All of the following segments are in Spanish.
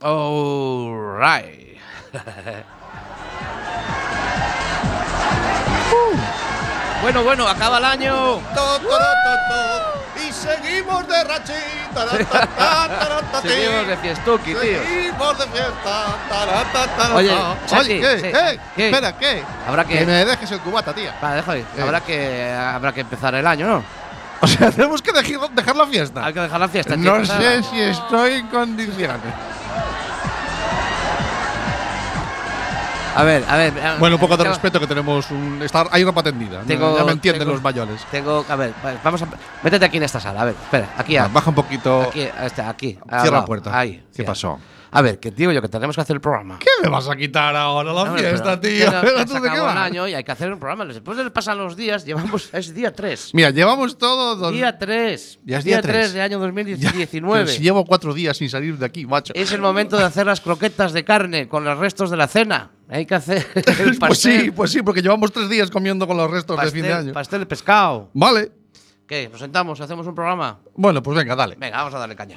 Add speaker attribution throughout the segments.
Speaker 1: All right. Bueno, bueno, acaba el año.
Speaker 2: To, to, to, to, to. Y seguimos de rachita. ta, ta, ta, ta, ta, ta.
Speaker 1: Seguimos de fiestuki, tío.
Speaker 2: Seguimos de fiesta. ta, ra, ta, ta, ra,
Speaker 1: Oye,
Speaker 2: ta.
Speaker 1: Santi,
Speaker 2: Oye, ¿qué?
Speaker 1: sí.
Speaker 2: ¿Qué?
Speaker 1: ¿Qué?
Speaker 2: Espera, ¿qué?
Speaker 1: Habrá que-
Speaker 2: Que me dejes el cubata, tía.
Speaker 1: Vale, déjame. Habrá que, habrá que empezar el año, ¿no?
Speaker 2: O sea, tenemos que dejar, dejar la fiesta.
Speaker 1: Hay que dejar la fiesta. tío,
Speaker 2: No
Speaker 1: empezar-
Speaker 2: sé si estoy en condiciones.
Speaker 1: A ver, a ver. a-
Speaker 2: Bueno, un poco de
Speaker 1: tengo-
Speaker 2: respeto que tenemos un. Estar, hay ropa tendida.
Speaker 1: Tengo-
Speaker 2: ya me entienden
Speaker 1: tengo-
Speaker 2: los mayores.
Speaker 1: Tengo, a ver, vale, vamos a. Métete aquí en esta sala, a ver, espera, aquí, a-
Speaker 2: Baja un poquito.
Speaker 1: aquí, a esta, aquí. al
Speaker 2: Cierra la
Speaker 1: lado,
Speaker 2: puerta.
Speaker 1: Ahí. sí.
Speaker 2: ¿Qué pasó?
Speaker 1: A ver, que digo yo que tenemos que hacer el programa.
Speaker 2: ¿Qué me vas a quitar ahora la
Speaker 1: No, hombre,
Speaker 2: fiesta,
Speaker 1: pero-
Speaker 2: tío?
Speaker 1: pero
Speaker 2: ¿Pero
Speaker 1: ya
Speaker 2: tú
Speaker 1: se
Speaker 2: de qué
Speaker 1: acabó el
Speaker 2: vas?
Speaker 1: año y hay que hacer un programa. Después de pasan los días, llevamos. Es día 3.
Speaker 2: Mira, llevamos todo. dos-
Speaker 1: Día 3.
Speaker 2: Ya es día tres.
Speaker 1: de año
Speaker 2: Ya,
Speaker 1: 2019.
Speaker 2: pero si llevo cuatro días sin salir de aquí, macho.
Speaker 1: Es el momento de hacer las croquetas de carne con los restos de la cena. Hay que hacer el pastel.
Speaker 2: pues sí, pues sí, porque llevamos tres días comiendo con los restos de fin de
Speaker 1: pastel-
Speaker 2: año.
Speaker 1: pastel de pescado.
Speaker 2: Vale.
Speaker 1: ¿Qué? ¿Nos sentamos? ¿Hacemos un programa?
Speaker 2: Bueno, pues venga, dale.
Speaker 1: Venga, vamos a darle caña.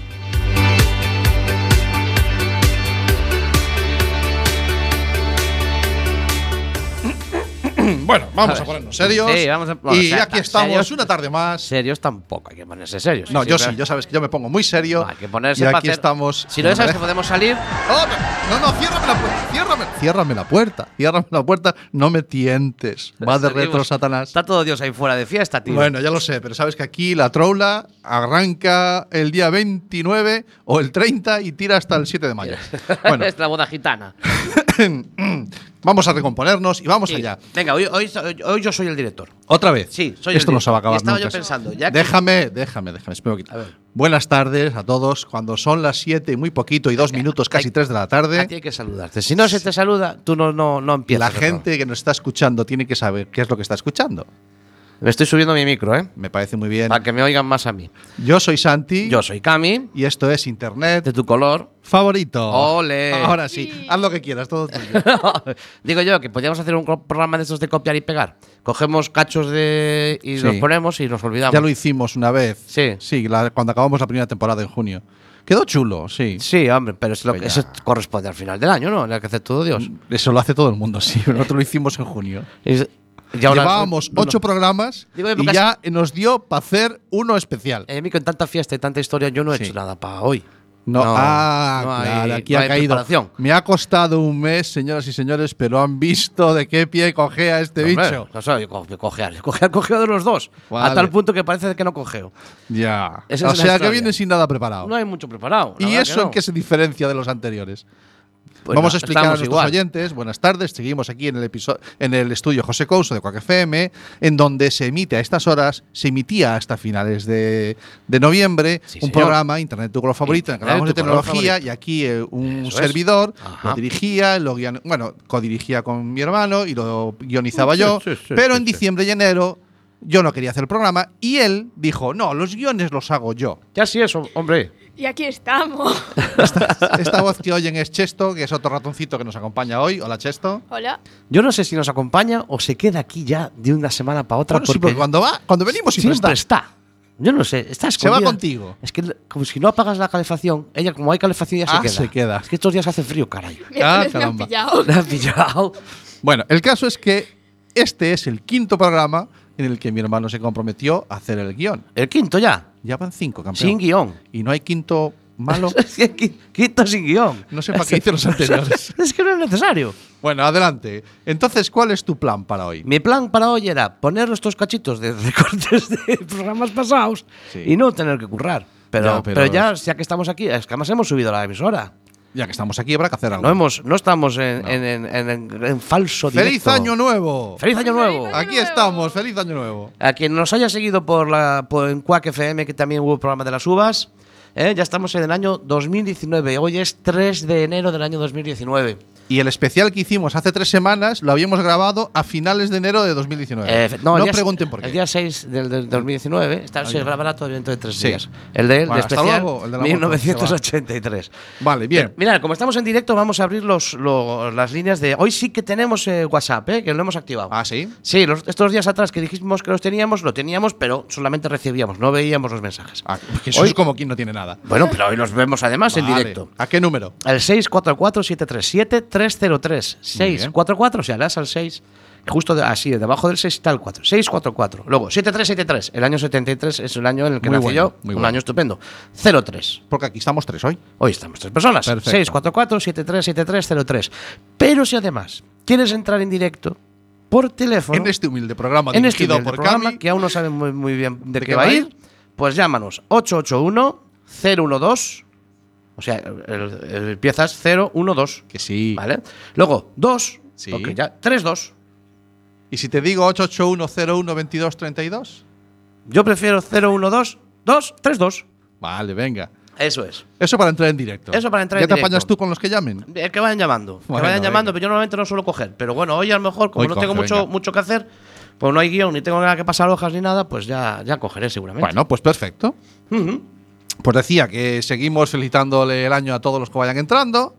Speaker 2: Bueno, vamos
Speaker 1: Mm, A
Speaker 2: a,
Speaker 1: ver.
Speaker 2: ponernos serios.
Speaker 1: Sí, vamos a- bueno, o
Speaker 2: y
Speaker 1: sea,
Speaker 2: aquí
Speaker 1: tan
Speaker 2: estamos,
Speaker 1: serios-
Speaker 2: una tarde más.
Speaker 1: Serios tampoco, hay que ponerse serios.
Speaker 2: No, yo sí,
Speaker 1: pero-
Speaker 2: yo sabes que yo me pongo muy serio.
Speaker 1: No, hay que ponerse
Speaker 2: y
Speaker 1: pa'
Speaker 2: aquí
Speaker 1: hacer-
Speaker 2: estamos.
Speaker 1: Si lo sabes que podemos salir.
Speaker 2: ¡Oh, no, no, no, ciérrame la puerta, ciérrame. Ciérrame la puerta, ciérrame la puerta, no me tientes. Va de
Speaker 1: salimos.
Speaker 2: retro Satanás.
Speaker 1: Está todo Dios ahí fuera de fiesta, tío.
Speaker 2: Bueno, ya lo sé, pero sabes que aquí la troula arranca el día 29 o el 30 y tira hasta el 7 de mayo. Bueno,
Speaker 1: es la boda gitana.
Speaker 2: vamos a recomponernos y vamos
Speaker 1: Sí.
Speaker 2: allá.
Speaker 1: Venga, hoy, hoy, hoy yo soy el director.
Speaker 2: Otra vez.
Speaker 1: Sí, soy el
Speaker 2: Esto no
Speaker 1: director.
Speaker 2: se va a acabar
Speaker 1: Y estaba
Speaker 2: nunca.
Speaker 1: yo pensando, ya que-
Speaker 2: déjame, déjame, déjame, espero que-
Speaker 1: A ver.
Speaker 2: Buenas tardes a todos. Cuando son las 7 y muy poquito y dos minutos, casi 3 de la tarde.
Speaker 1: A ti hay que saludarte. Si no se te saluda, tú no, no, no empiezas.
Speaker 2: La
Speaker 1: el
Speaker 2: gente que nos está escuchando tiene que saber qué es lo que está escuchando.
Speaker 1: programa. Me estoy subiendo mi micro, ¿eh?
Speaker 2: Me parece muy bien.
Speaker 1: Para que me oigan más a mí.
Speaker 2: Yo soy Santi
Speaker 1: Yo soy Cami,
Speaker 2: y esto es
Speaker 1: de
Speaker 2: Internet
Speaker 1: tu color.
Speaker 2: favorito.
Speaker 1: Ole.
Speaker 2: Oh. Ahora sí, haz lo que quieras, todo tuyo.
Speaker 1: Digo yo que podríamos hacer un co- programa de estos de copiar y pegar. Cogemos cachos de y
Speaker 2: Sí.
Speaker 1: los ponemos y nos olvidamos.
Speaker 2: ya lo hicimos una vez.
Speaker 1: Sí.
Speaker 2: Sí, la- cuando acabamos la primera temporada en junio. Quedó chulo, sí.
Speaker 1: Sí, hombre, pero es lo
Speaker 2: Pues
Speaker 1: que,
Speaker 2: ya. Mm.
Speaker 1: eso corresponde al final del año, ¿no? En la que hace todo Dios.
Speaker 2: Eso lo hace todo el mundo, sí. pero Nosotros lo hicimos en junio.
Speaker 1: Y es- y ahora-
Speaker 2: Llevábamos
Speaker 1: no, no.
Speaker 2: ocho programas
Speaker 1: Digo, en
Speaker 2: y
Speaker 1: casi-
Speaker 2: ya nos dio para hacer uno especial.
Speaker 1: Eh, a mí con tanta fiesta y tanta historia yo no he
Speaker 2: Sí.
Speaker 1: hecho nada para hoy.
Speaker 2: No, ah,
Speaker 1: no hay-
Speaker 2: claro, aquí
Speaker 1: no
Speaker 2: ha
Speaker 1: hay
Speaker 2: caído.
Speaker 1: preparación.
Speaker 2: Me ha costado un mes, señoras y señores, pero han visto de qué pie cojea este
Speaker 1: Hombre,
Speaker 2: bicho.
Speaker 1: No sé, yo co- yo cojear. Yo cojear, cojeo de los dos.
Speaker 2: Vale.
Speaker 1: A tal punto que parece que no cojeo.
Speaker 2: Ya.
Speaker 1: Esa
Speaker 2: o
Speaker 1: es la
Speaker 2: sea, que
Speaker 1: historia.
Speaker 2: viene sin nada preparado.
Speaker 1: No hay mucho preparado. la
Speaker 2: ¿Y
Speaker 1: verdad
Speaker 2: eso
Speaker 1: que no.
Speaker 2: en qué se diferencia de los anteriores?
Speaker 1: Pues
Speaker 2: Vamos
Speaker 1: no,
Speaker 2: a explicar a
Speaker 1: estamos
Speaker 2: nuestros
Speaker 1: igual.
Speaker 2: oyentes. Buenas tardes. Seguimos aquí en el, episo- en el estudio José Couso de Cuac FM, en donde se emite a estas horas, se emitía hasta finales de, de noviembre,
Speaker 1: Sí,
Speaker 2: un
Speaker 1: señor.
Speaker 2: programa, Internet tu color favorito, en que
Speaker 1: Internet,
Speaker 2: hablamos de
Speaker 1: tu color
Speaker 2: tecnología,
Speaker 1: favorito.
Speaker 2: y aquí eh, un
Speaker 1: Eso es.
Speaker 2: servidor
Speaker 1: Ajá.
Speaker 2: lo dirigía, lo guion- bueno, codirigía con mi hermano y lo guionizaba yo,
Speaker 1: Sí, sí, sí,
Speaker 2: pero
Speaker 1: sí,
Speaker 2: en
Speaker 1: sí.
Speaker 2: diciembre y enero yo no quería hacer el programa y él dijo, no, los guiones los hago yo.
Speaker 1: Ya sí eso, hombre.
Speaker 3: Y aquí estamos.
Speaker 2: Esta voz que oyen es Chesto, que es otro ratoncito que nos acompaña hoy. Hola, Chesto.
Speaker 3: Hola.
Speaker 1: Yo no sé si nos acompaña o se queda aquí ya de una semana para otra
Speaker 2: Bueno, sí,
Speaker 1: porque
Speaker 2: porque cuando va, cuando venimos siempre,
Speaker 1: siempre,
Speaker 2: está.
Speaker 1: está. Yo no sé, está
Speaker 2: Se va
Speaker 1: escondida.
Speaker 2: contigo.
Speaker 1: Es que como si no apagas la calefacción, ella como hay calefacción ya
Speaker 2: Ah,
Speaker 1: se queda.
Speaker 2: se queda.
Speaker 1: Es que estos días hace frío, caray.
Speaker 3: Me,
Speaker 2: Ah,
Speaker 3: me han
Speaker 2: caramba.
Speaker 3: pillado.
Speaker 1: La has pillado.
Speaker 2: Bueno, el caso es que este es el quinto programa en el que mi hermano se comprometió a hacer el guión.
Speaker 1: El quinto ya,
Speaker 2: Ya van cinco, campeón.
Speaker 1: sin guión.
Speaker 2: Y no hay quinto malo.
Speaker 1: Es que qui- quinto sin guión.
Speaker 2: No sé para qué hice los anteriores.
Speaker 1: Es que no es necesario.
Speaker 2: bueno, adelante. Entonces, ¿cuál es tu plan para hoy?
Speaker 1: Mi plan para hoy era poner estos cachitos de recortes de programas pasados
Speaker 2: Sí.
Speaker 1: y no tener que currar. Pero ya,
Speaker 2: Ya, pero-
Speaker 1: pero ya, ya que estamos aquí, es que además hemos subido la emisora.
Speaker 2: Ya que estamos aquí, habrá que hacer algo.
Speaker 1: No, hemos, no estamos en, en- en- en- en falso
Speaker 2: ¡Feliz
Speaker 1: directo.
Speaker 2: Año Nuevo!
Speaker 1: ¡Feliz Año Nuevo!
Speaker 2: Aquí estamos, feliz Año Nuevo.
Speaker 1: A quien nos haya seguido por la por en Quack FM, que también hubo programa de las uvas, ¿eh? ya estamos en el año 2019. Hoy es 3 de enero del año 2019.
Speaker 2: Y el especial que hicimos hace tres semanas lo habíamos grabado a finales de enero de 2019.
Speaker 1: Eh, fe-
Speaker 2: no
Speaker 1: el día-
Speaker 2: pregunten por qué.
Speaker 1: El día 6 del, del 2019 está, se grabará todavía dentro de tres
Speaker 2: Sí.
Speaker 1: días. El de, el
Speaker 2: Bueno, hasta
Speaker 1: especial
Speaker 2: luego, el de la moto,
Speaker 1: 1983.
Speaker 2: Vale, bien.
Speaker 1: Eh, Mira, como estamos en directo, vamos a abrir los, los- las líneas de. Hoy sí que tenemos eh, WhatsApp, ¿eh? que lo hemos activado.
Speaker 2: Ah, sí.
Speaker 1: Sí, los- estos días atrás que dijimos que los teníamos, lo teníamos, pero solamente recibíamos, no veíamos los mensajes.
Speaker 2: Ah, que eso
Speaker 1: Hoy-
Speaker 2: es como quien no tiene nada.
Speaker 1: Bueno, pero hoy los vemos además en
Speaker 2: Vale.
Speaker 1: directo.
Speaker 2: ¿A qué número?
Speaker 1: Al 644-737-303.
Speaker 2: Muy bien.
Speaker 1: 644, o sea, le das al 6, justo de- así, debajo del 6 está el 4. 644. Luego, 7373. El año 73 es el año en el que
Speaker 2: Muy
Speaker 1: nací
Speaker 2: bueno,
Speaker 1: yo.
Speaker 2: muy
Speaker 1: un
Speaker 2: bueno.
Speaker 1: año estupendo. 03.
Speaker 2: Porque aquí estamos tres hoy.
Speaker 1: Hoy estamos tres personas.
Speaker 2: Perfecto.
Speaker 1: 644-737303. Pero si además quieres entrar en directo por teléfono
Speaker 2: En este humilde programa
Speaker 1: en este
Speaker 2: dirigido
Speaker 1: humilde
Speaker 2: por
Speaker 1: programa
Speaker 2: Cami,
Speaker 1: que aún no saben muy, muy bien de,
Speaker 2: ¿De
Speaker 1: qué va a ir, pues llámanos 881 012 o sea, el- el- empiezas 012,
Speaker 2: que sí.
Speaker 1: ¿vale? Luego 2,
Speaker 2: Sí.
Speaker 1: ok, ya 32.
Speaker 2: ¿Y si te digo 881012232?
Speaker 1: Yo prefiero 012 232.
Speaker 2: Vale, venga.
Speaker 1: Eso es.
Speaker 2: Eso para entrar en directo.
Speaker 1: Eso para entrar
Speaker 2: ¿Ya
Speaker 1: en
Speaker 2: te
Speaker 1: directo.
Speaker 2: apañas tú con los que llamen?
Speaker 1: Eh, Que vayan llamando,
Speaker 2: Bueno,
Speaker 1: que vayan llamando,
Speaker 2: venga.
Speaker 1: pero yo normalmente no suelo coger, pero bueno, hoy a lo mejor como
Speaker 2: Hoy
Speaker 1: no
Speaker 2: coge,
Speaker 1: tengo mucho
Speaker 2: venga.
Speaker 1: mucho que hacer, pues no hay guión ni tengo nada que pasar hojas ni nada, pues ya ya cogeré seguramente.
Speaker 2: Bueno, pues perfecto.
Speaker 1: Ujú.
Speaker 2: Pues decía que seguimos felicitándole el año a todos los que vayan entrando.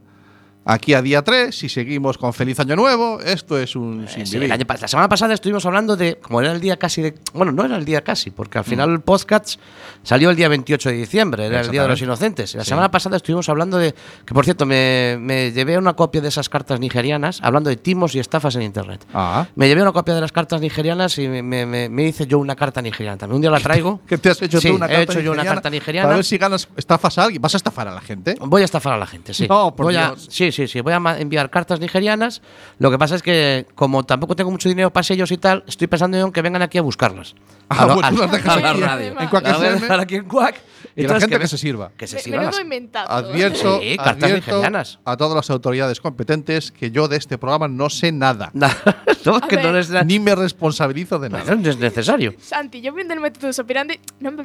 Speaker 2: Aquí a día 3 y seguimos con feliz año nuevo. Esto es un sin
Speaker 1: Eh, Sí,
Speaker 2: vivir.
Speaker 1: el año pa- la semana pasada estuvimos hablando de, como era el día casi de... Bueno, no era el día casi, porque
Speaker 2: Mm.
Speaker 1: al final el podcast salió el día 28 de diciembre, era el Día de los
Speaker 2: Exactamente.
Speaker 1: Inocentes. La
Speaker 2: Sí.
Speaker 1: semana pasada estuvimos hablando de... Que por cierto, me, me llevé una copia de esas cartas nigerianas, hablando de timos y estafas en Internet.
Speaker 2: Ah.
Speaker 1: Me llevé una copia de las cartas nigerianas y me, me- me- me hice yo una carta nigeriana también. Un día la traigo.
Speaker 2: Que te has hecho
Speaker 1: Sí,
Speaker 2: tú una
Speaker 1: he
Speaker 2: carta
Speaker 1: hecho yo una
Speaker 2: nigeriana
Speaker 1: carta nigeriana.
Speaker 2: Para ver si ganas, estafas a alguien. ¿Vas a estafar a la gente?
Speaker 1: Voy a estafar a la gente, sí.
Speaker 2: No, por
Speaker 1: Voy a-
Speaker 2: Dios.
Speaker 1: sí, sí, sí. Voy a ma- enviar cartas nigerianas. Lo que pasa es que, como tampoco tengo mucho dinero para ellos y tal, estoy pensando en que vengan aquí a buscarlas.
Speaker 2: Ah,
Speaker 1: a, lo-
Speaker 2: pues tú las dejas
Speaker 1: a la
Speaker 2: aquí,
Speaker 1: radio.
Speaker 2: en cualquier
Speaker 1: Las voy a
Speaker 2: FM.
Speaker 1: dejar aquí en cuac.
Speaker 2: Y la
Speaker 1: Entonces,
Speaker 2: gente que
Speaker 1: ven-
Speaker 2: se sirva.
Speaker 1: Que se
Speaker 3: Me-
Speaker 1: sirva.
Speaker 3: Menudo
Speaker 1: las-
Speaker 3: inventazo.
Speaker 2: Advierto,
Speaker 1: Sí, cartas
Speaker 2: advierto
Speaker 1: nigerianas.
Speaker 2: a todas las autoridades competentes que yo de este programa no sé nada.
Speaker 1: no, es que
Speaker 3: A
Speaker 1: no
Speaker 3: ver.
Speaker 1: les da-
Speaker 2: Ni me responsabilizo de nada.
Speaker 1: No es necesario.
Speaker 3: Santi, yo viendo el método operandi no me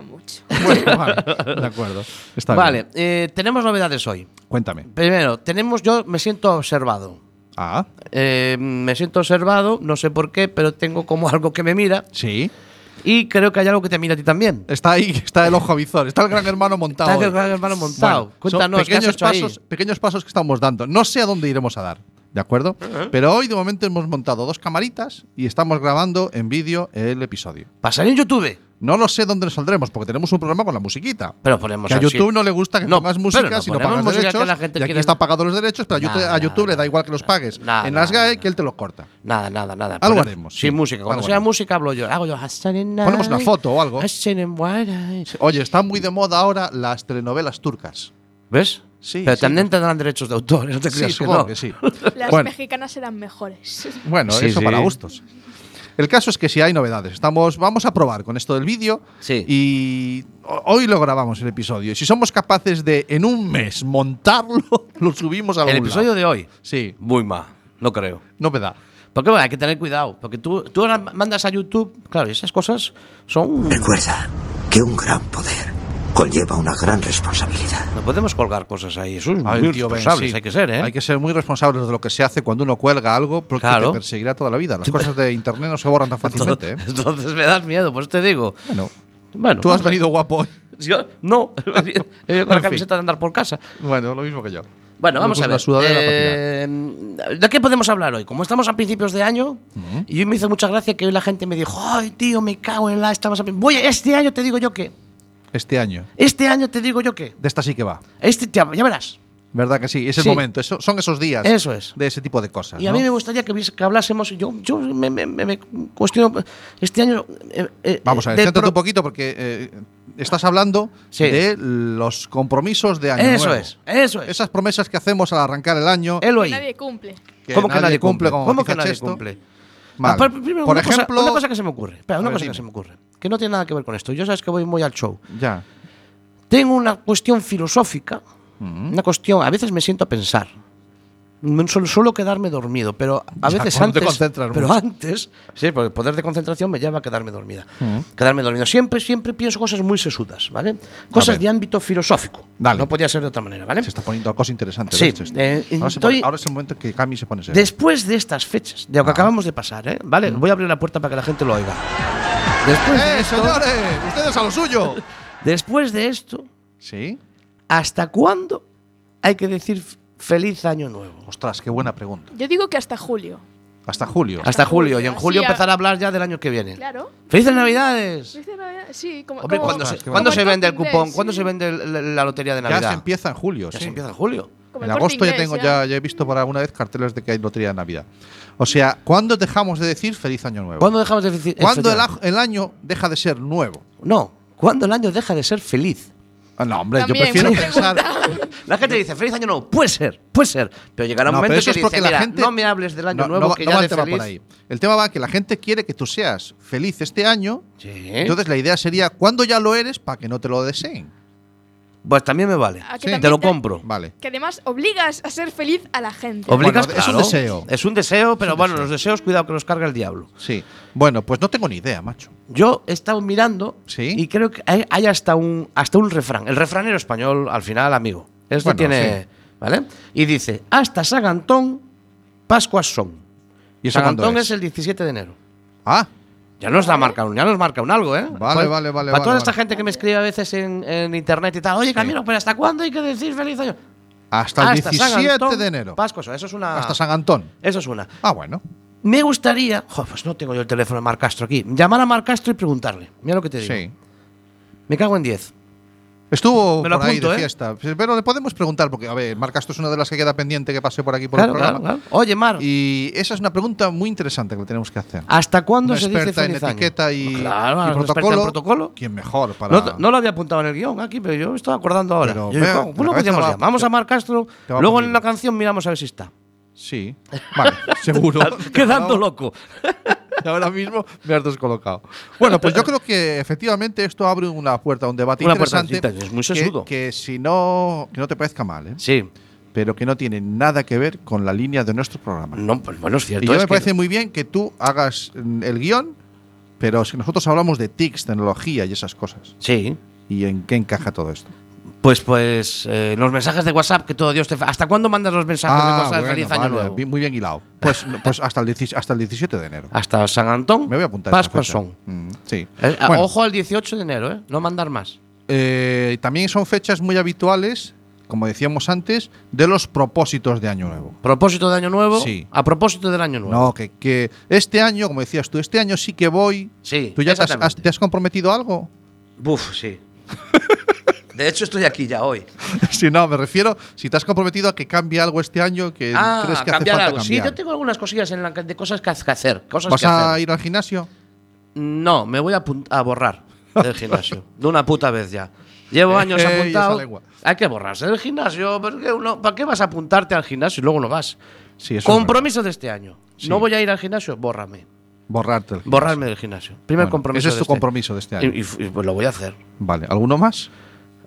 Speaker 3: mucho.
Speaker 2: Bueno, vale, de acuerdo. Está
Speaker 1: Vale,
Speaker 2: bien.
Speaker 1: eh, tenemos novedades hoy.
Speaker 2: Cuéntame.
Speaker 1: Primero, tenemos yo me siento observado.
Speaker 2: Ah,
Speaker 1: Eh, me siento observado, no sé por qué, pero tengo como algo que me mira
Speaker 2: sí.
Speaker 1: y creo que hay algo que te mira a ti también.
Speaker 2: Está ahí, está el ojo avizor, está el gran hermano montado.
Speaker 1: Está
Speaker 2: hoy.
Speaker 1: el gran hermano montado.
Speaker 2: Bueno,
Speaker 1: Cuéntanos,
Speaker 2: son
Speaker 1: ¿qué has
Speaker 2: pequeños
Speaker 1: hecho ahí?
Speaker 2: pasos, pequeños pasos que estamos dando. No sé a dónde iremos a dar, ¿de acuerdo?
Speaker 1: Ah,
Speaker 2: Pero hoy de momento hemos montado dos camaritas y estamos grabando en vídeo el episodio.
Speaker 1: Pasaré en YouTube.
Speaker 2: No lo sé dónde nos saldremos porque tenemos un programa con la musiquita.
Speaker 1: Pero ponemos
Speaker 2: que a
Speaker 1: así.
Speaker 2: YouTube no le gusta que
Speaker 1: No,
Speaker 2: pongas
Speaker 1: pero
Speaker 2: música
Speaker 1: no
Speaker 2: si no
Speaker 1: ponemos
Speaker 2: pagas
Speaker 1: música que
Speaker 2: derechos.
Speaker 1: la gente
Speaker 2: y aquí
Speaker 1: quiere-
Speaker 2: están pagados los derechos, pero a
Speaker 1: Nada,
Speaker 2: YouTube- a YouTube le da
Speaker 1: nada,
Speaker 2: igual que los
Speaker 1: nada,
Speaker 2: pagues
Speaker 1: nada,
Speaker 2: en las
Speaker 1: nada,
Speaker 2: GAE que él te lo corta.
Speaker 1: Nada, nada, nada.
Speaker 2: Algo
Speaker 1: Ponemos-
Speaker 2: haremos,
Speaker 1: Sin
Speaker 2: sí.
Speaker 1: música. Cuando
Speaker 2: Algo
Speaker 1: sea
Speaker 2: haremos.
Speaker 1: música hablo yo. Hago yo. Ponemos
Speaker 2: Ponemos una foto o algo. Oye, están muy de moda ahora las telenovelas turcas.
Speaker 1: ¿Ves?
Speaker 2: Sí,
Speaker 1: Pero
Speaker 2: sí,
Speaker 1: también
Speaker 2: no-
Speaker 1: tendrán derechos de autor. No te
Speaker 2: Sí,
Speaker 1: creas que
Speaker 2: supongo
Speaker 1: no.
Speaker 2: que sí.
Speaker 3: Las
Speaker 2: Bueno.
Speaker 3: mexicanas eran mejores.
Speaker 2: Bueno,
Speaker 1: Sí,
Speaker 2: eso
Speaker 1: sí.
Speaker 2: para gustos. El caso es que si hay novedades, estamos, vamos a probar con esto del vídeo
Speaker 1: Sí.
Speaker 2: y ho- hoy lo grabamos el episodio. Y si somos capaces de en un mes montarlo, lo subimos a
Speaker 1: El
Speaker 2: algún
Speaker 1: episodio
Speaker 2: lado.
Speaker 1: de hoy.
Speaker 2: Sí,
Speaker 1: Muy mal. No creo.
Speaker 2: novedad.
Speaker 1: Porque bueno, hay que tener cuidado. Porque tú, tú ahora mandas a YouTube. Claro, y esas cosas son.
Speaker 4: Recuerda que un gran poder conlleva una gran responsabilidad.
Speaker 1: No podemos colgar cosas ahí. Eso es
Speaker 2: A
Speaker 1: muy
Speaker 2: ver, tío, Ben,
Speaker 1: irresponsables,
Speaker 2: sí.
Speaker 1: Hay que ser, ¿eh?
Speaker 2: Hay que ser muy responsables de lo que se hace cuando uno cuelga algo porque
Speaker 1: Claro.
Speaker 2: te perseguirá toda la vida. Las cosas de internet no se borran tan fácilmente. ¿eh?
Speaker 1: entonces, entonces me das miedo, pues te digo.
Speaker 2: Bueno,
Speaker 1: Bueno,
Speaker 2: tú has venido guapo hoy.
Speaker 1: Yo- no, he venido con la
Speaker 2: En fin.
Speaker 1: camiseta de andar por casa.
Speaker 2: Bueno, lo mismo que yo.
Speaker 1: Bueno, vamos
Speaker 2: Me
Speaker 1: a
Speaker 2: puse
Speaker 1: ver.
Speaker 2: pues La sudadera para tirar.
Speaker 1: Eh, ¿De qué podemos hablar hoy? Como estamos a principios de año, y hoy me hizo mucha gracia que hoy la gente me dijo, ay, tío, me cago en la... Estamos a... prin- Voy, este año te digo yo que...
Speaker 2: Este año.
Speaker 1: Este año te digo yo que...
Speaker 2: De esta sí que va.
Speaker 1: Este, ya, ya verás.
Speaker 2: ¿Verdad que sí? Es el
Speaker 1: Sí.
Speaker 2: momento. eso- son esos días.
Speaker 1: Eso es.
Speaker 2: De ese tipo de cosas.
Speaker 1: Y a
Speaker 2: ¿no?
Speaker 1: mí me gustaría que, hubiese- que hablásemos, yo, yo me, me- me- me cuestiono, este año... eh, eh,
Speaker 2: Vamos a ver,
Speaker 1: de
Speaker 2: céntrate
Speaker 1: pro-
Speaker 2: un poquito porque eh, estás hablando
Speaker 1: Sí.
Speaker 2: de los compromisos de año
Speaker 1: Eso
Speaker 2: nuevo.
Speaker 1: es, eso es.
Speaker 2: Esas promesas que hacemos al arrancar el año.
Speaker 1: Helo
Speaker 3: Que
Speaker 1: ahí.
Speaker 3: nadie cumple.
Speaker 1: ¿Cómo que nadie cumple?
Speaker 2: como
Speaker 1: ¿Cómo que
Speaker 2: matiza
Speaker 1: nadie
Speaker 2: Chesto.
Speaker 1: cumple?
Speaker 2: Vale.
Speaker 1: Ah, pero primero,
Speaker 2: Por
Speaker 1: una cosa-
Speaker 2: ejemplo,
Speaker 1: una cosa que se me ocurre. Espera, una
Speaker 2: ver,
Speaker 1: cosa que
Speaker 2: dime.
Speaker 1: se me ocurre. Que no tiene nada que ver con esto. Yo sabes que voy muy al show.
Speaker 2: ya.
Speaker 1: Tengo una cuestión filosófica
Speaker 2: Mm.
Speaker 1: Una cuestión, a veces me siento a pensar. No Suelo, suelo quedarme dormido, pero a
Speaker 2: Ya,
Speaker 1: veces
Speaker 2: cuando te
Speaker 1: antes.
Speaker 2: concentras
Speaker 1: pero
Speaker 2: mucho.
Speaker 1: antes, sí, porque el poder de concentración me lleva a quedarme dormida.
Speaker 2: Ujú.
Speaker 1: Quedarme dormido. Siempre, siempre pienso cosas muy sesudas, ¿vale? Cosas
Speaker 2: ver.
Speaker 1: de ámbito filosófico.
Speaker 2: Dale.
Speaker 1: No podía ser de otra manera, ¿vale?
Speaker 2: Se está poniendo a cosas interesantes.
Speaker 1: ¿Eh? Sí,
Speaker 2: de hecho, esto.
Speaker 1: eh,
Speaker 2: ahora, se
Speaker 1: estoy-
Speaker 2: pone- ahora es el momento que Cami se pone serio.
Speaker 1: Después de estas fechas, de lo que acabamos de pasar, ¿eh? ¿Vale? Voy a abrir la puerta para que la gente lo oiga. Después, de,
Speaker 2: Mm. ¡Eh,
Speaker 1: esto,
Speaker 2: señores! ¡Ustedes a lo suyo!
Speaker 1: después de esto,
Speaker 2: ¿Sí?
Speaker 1: ¿hasta cuándo hay que decir f- feliz año nuevo?
Speaker 2: Ostras, qué buena pregunta.
Speaker 3: Yo digo que hasta julio.
Speaker 2: Hasta julio.
Speaker 1: Hasta julio, y en
Speaker 3: julio,
Speaker 1: julio
Speaker 3: sí, a-
Speaker 1: empezar a hablar ya del año que viene.
Speaker 3: Claro. Pues,
Speaker 1: ¡Felices Navidades!
Speaker 3: Dice Navidad- Sí, como.
Speaker 1: Hombre,
Speaker 3: como-
Speaker 1: ¿cuándo,
Speaker 2: Ostras,
Speaker 1: se,
Speaker 2: qué
Speaker 1: ¿cuándo
Speaker 3: bueno.
Speaker 1: se vende el
Speaker 3: Como el
Speaker 1: cupón?
Speaker 3: Corte
Speaker 1: ¿Cuándo
Speaker 3: Inglés,
Speaker 1: se vende el- la, la lotería de
Speaker 2: ya
Speaker 1: Navidad?
Speaker 2: se empieza en julio.
Speaker 1: Ya
Speaker 2: sí.
Speaker 1: se empieza en julio.
Speaker 3: como el
Speaker 2: En
Speaker 3: Corte
Speaker 2: agosto ya
Speaker 3: Inglés,
Speaker 2: tengo ya, ya he visto por alguna vez carteles de que hay lotería de Navidad. O sea, ¿cuándo dejamos de decir feliz año nuevo?
Speaker 1: ¿Cuándo dejamos de decir
Speaker 2: ¿Cuándo el, aj-
Speaker 1: efectivamente?
Speaker 2: el año deja de ser nuevo?
Speaker 1: No, ¿cuándo el año deja de ser feliz?
Speaker 2: Ah, No, hombre,
Speaker 3: También,
Speaker 2: yo prefiero
Speaker 3: buena
Speaker 2: pensar.
Speaker 1: La gente dice, feliz año nuevo. Puede ser, puede ser. Pero llegará un
Speaker 2: No,
Speaker 1: momento
Speaker 2: pero eso
Speaker 1: que
Speaker 2: es porque
Speaker 1: dice,
Speaker 2: la
Speaker 1: "Mira,
Speaker 2: gente.
Speaker 1: no me hables del año
Speaker 2: No,
Speaker 1: nuevo
Speaker 2: no va-
Speaker 1: que
Speaker 2: no
Speaker 1: ya
Speaker 2: va
Speaker 1: de
Speaker 2: el tema
Speaker 1: feliz-
Speaker 2: por ahí. El tema va que la gente quiere que tú seas feliz este año.
Speaker 1: Sí.
Speaker 2: Entonces la idea sería, ¿cuándo ya lo eres para que no te lo deseen?
Speaker 1: pues también me vale.
Speaker 3: Ah, que
Speaker 1: Te
Speaker 3: también
Speaker 1: lo
Speaker 3: te-
Speaker 1: compro.
Speaker 2: Vale.
Speaker 3: Que además obligas a ser feliz a la gente.
Speaker 2: Obli-
Speaker 1: Obligas,
Speaker 2: Bueno, es un
Speaker 1: claro.
Speaker 2: deseo.
Speaker 1: Es un deseo, pero
Speaker 2: un
Speaker 1: bueno,
Speaker 2: deseo.
Speaker 1: los deseos, cuidado que los carga el diablo.
Speaker 2: Sí. Bueno, pues no tengo ni idea, macho.
Speaker 1: Yo he estado mirando
Speaker 2: Sí.
Speaker 1: y creo que hay, hay hasta, un, hasta un refrán. El refranero español, al final, amigo. Esto
Speaker 2: Bueno,
Speaker 1: tiene.
Speaker 2: sí.
Speaker 1: ¿Vale? Y dice: Hasta San Antón, Pascuas son.
Speaker 2: ¿Y eso
Speaker 1: San
Speaker 2: cuándo
Speaker 1: Antón
Speaker 2: es?
Speaker 1: es? el 17 de enero.
Speaker 2: Ah,
Speaker 1: Ya nos da marca un, ya nos marca un algo, ¿eh?
Speaker 2: Vale, vale, vale,
Speaker 1: Para
Speaker 2: vale,
Speaker 1: toda esta
Speaker 2: vale.
Speaker 1: gente que me escribe a veces en, en internet y tal, oye, Camilo, pero ¿hasta cuándo hay que decir feliz año?
Speaker 2: hasta el
Speaker 1: San
Speaker 2: 17
Speaker 1: Antón,
Speaker 2: de enero.
Speaker 1: Pascuas, eso es una.
Speaker 2: Hasta San Antón.
Speaker 1: Eso es una.
Speaker 2: Ah, bueno.
Speaker 1: Me gustaría. Jo, pues no tengo yo el teléfono de Marc Castro aquí. Llamar a Marc Castro y preguntarle. Mira lo que te digo.
Speaker 2: Sí.
Speaker 1: Me cago en 10.
Speaker 2: Estuvo
Speaker 1: Me lo
Speaker 2: por ahí
Speaker 1: apunto,
Speaker 2: de
Speaker 1: ¿eh?
Speaker 2: fiesta. Pero le podemos preguntar, porque, a ver, Marc Castro es una de las que queda pendiente que pase por aquí por
Speaker 1: Claro,
Speaker 2: el
Speaker 1: claro,
Speaker 2: programa.
Speaker 1: claro. Oye, Mar,
Speaker 2: Y esa es una pregunta muy interesante que le tenemos que hacer.
Speaker 1: ¿hasta cuándo
Speaker 2: Una
Speaker 1: se dice
Speaker 2: experta en
Speaker 1: feliz año?
Speaker 2: etiqueta y,
Speaker 1: Claro,
Speaker 2: y
Speaker 1: una experta en
Speaker 2: protocolo,
Speaker 1: protocolo.
Speaker 2: ¿Quién mejor para.?
Speaker 1: No, no lo había apuntado en el guión aquí, pero yo me estaba acordando ahora.
Speaker 2: Pero,
Speaker 1: Yo
Speaker 2: vea,
Speaker 1: digo, ¿cómo
Speaker 2: la
Speaker 1: lo
Speaker 2: cabeza
Speaker 1: podíamos
Speaker 2: va-
Speaker 1: llamar? Vamos a Marc Castro,
Speaker 2: te va
Speaker 1: luego
Speaker 2: poniendo.
Speaker 1: en la canción miramos a ver si está.
Speaker 2: Sí. Vale, seguro.
Speaker 1: Quedando loco.
Speaker 2: Y ahora mismo me has descolocado. Bueno, pues yo creo que efectivamente esto abre una puerta, un debate
Speaker 1: Una
Speaker 2: interesante.
Speaker 1: puertecita, es muy
Speaker 2: que-
Speaker 1: sesudo.
Speaker 2: Que, si no, que no te parezca mal, ¿eh?
Speaker 1: Sí.
Speaker 2: pero que no tiene nada que ver con la línea de nuestro programa.
Speaker 1: No, pues bueno, es cierto.
Speaker 2: y yo
Speaker 1: es
Speaker 2: me
Speaker 1: que-
Speaker 2: parece muy bien que tú hagas mm, el guión, pero si nosotros hablamos de TICs, tecnología y esas cosas.
Speaker 1: Sí.
Speaker 2: ¿Y en qué encaja todo esto?
Speaker 1: Pues, pues, eh, los mensajes de WhatsApp, que todo Dios te. fa- ¿Hasta cuándo mandas los mensajes de WhatsApp de
Speaker 2: Ah, bueno,
Speaker 1: feliz año
Speaker 2: vale,
Speaker 1: nuevo?
Speaker 2: bi- Muy bien hilado. Pues, no, pues hasta, el 17 hasta el 17 de enero.
Speaker 1: Hasta San Antón,
Speaker 2: Me voy a apuntar. esta
Speaker 1: Pascuas
Speaker 2: fecha.
Speaker 1: son.
Speaker 2: Mm, sí.
Speaker 1: Eh, a-
Speaker 2: Bueno.
Speaker 1: Ojo al 18 de enero, ¿eh? No mandar más.
Speaker 2: Eh, también son fechas muy habituales, como decíamos antes, de los propósitos de Año Nuevo.
Speaker 1: Propósito de año nuevo.
Speaker 2: Sí.
Speaker 1: A propósito del año nuevo.
Speaker 2: No, que, que este año, como decías tú, este año sí que voy.
Speaker 1: Sí,
Speaker 2: ¿Tú ya te has,
Speaker 1: exactamente.
Speaker 2: has- te has comprometido a algo?
Speaker 1: Buf, sí. De hecho, estoy aquí ya hoy.
Speaker 2: si no, me refiero, si te has comprometido a que cambie algo este año, que
Speaker 1: Ah,
Speaker 2: crees que hace
Speaker 1: cambiar
Speaker 2: falta
Speaker 1: algo. Sí,
Speaker 2: cambiar.
Speaker 1: yo tengo algunas cosillas en la que- de cosas que haz- que hacer. Cosas
Speaker 2: ¿Vas
Speaker 1: que
Speaker 2: a
Speaker 1: hacer.
Speaker 2: ir al gimnasio?
Speaker 1: No, me voy a, apun- a borrar del gimnasio. de una puta vez ya. Llevo años
Speaker 2: Ey, Eh, esa
Speaker 1: apuntado.
Speaker 2: lengua.
Speaker 1: Hay que borrarse del gimnasio. porque uno- ¿Para qué vas a apuntarte al gimnasio y luego no vas?
Speaker 2: Sí, eso es
Speaker 1: compromiso de este año.
Speaker 2: Sí.
Speaker 1: No voy a ir al gimnasio, bórrame.
Speaker 2: verdad. Borrarte. el gimnasio.
Speaker 1: Borrarme del gimnasio. Primer
Speaker 2: Bueno,
Speaker 1: compromiso.
Speaker 2: Ese es
Speaker 1: de
Speaker 2: tu
Speaker 1: este.
Speaker 2: compromiso de este año.
Speaker 1: Y, y- y, pues lo voy a hacer.
Speaker 2: vale, ¿alguno más?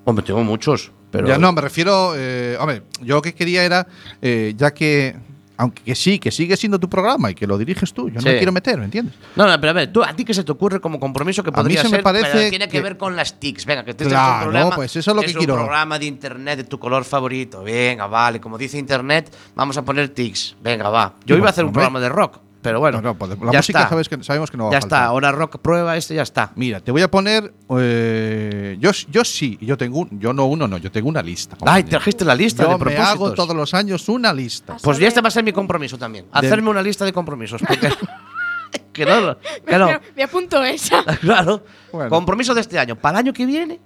Speaker 1: Hombre, tengo muchos, pero.
Speaker 2: Ya no, me refiero. eh, hombre, yo lo que quería era, eh, ya que. Aunque que sí, que sigue siendo tu programa y que lo diriges tú, yo no
Speaker 1: Sí.
Speaker 2: me quiero meter, ¿me entiendes?
Speaker 1: No, no, pero a ver, tú, ¿a ti qué se te ocurre como compromiso que
Speaker 2: mí
Speaker 1: podría
Speaker 2: se me
Speaker 1: ser?
Speaker 2: parece
Speaker 1: pero tiene que,
Speaker 2: que-
Speaker 1: ver con las TICs. Venga, que este tú
Speaker 2: Claro,
Speaker 1: tienes un problema.
Speaker 2: pues eso es lo que quiero.
Speaker 1: un programa de internet de tu color favorito. Venga, vale. Como dice internet, vamos a poner TICs. Venga, va. Yo
Speaker 2: Y
Speaker 1: iba a hacer un
Speaker 2: hombre.
Speaker 1: programa de rock, pero bueno.
Speaker 2: No, no, pues la
Speaker 1: ya
Speaker 2: música
Speaker 1: está.
Speaker 2: sabes que- sabemos que no va a
Speaker 1: Ya
Speaker 2: faltar.
Speaker 1: está, ahora rock prueba este, ya está.
Speaker 2: Mira, te voy a poner. eh, yo, yo sí, yo tengo un- yo no uno, no, yo tengo una lista.
Speaker 1: Ay,
Speaker 2: compañero.
Speaker 1: trajiste la lista
Speaker 2: yo
Speaker 1: de
Speaker 2: me
Speaker 1: propósitos.
Speaker 2: hago todos los años una lista.
Speaker 1: Pues ya este va a ser mi compromiso también. Hacerme una lista de compromisos. Porque que no, que no.
Speaker 3: Me apunto esa.
Speaker 1: Claro.
Speaker 2: Bueno.
Speaker 1: Compromiso de este año. Para el año que viene,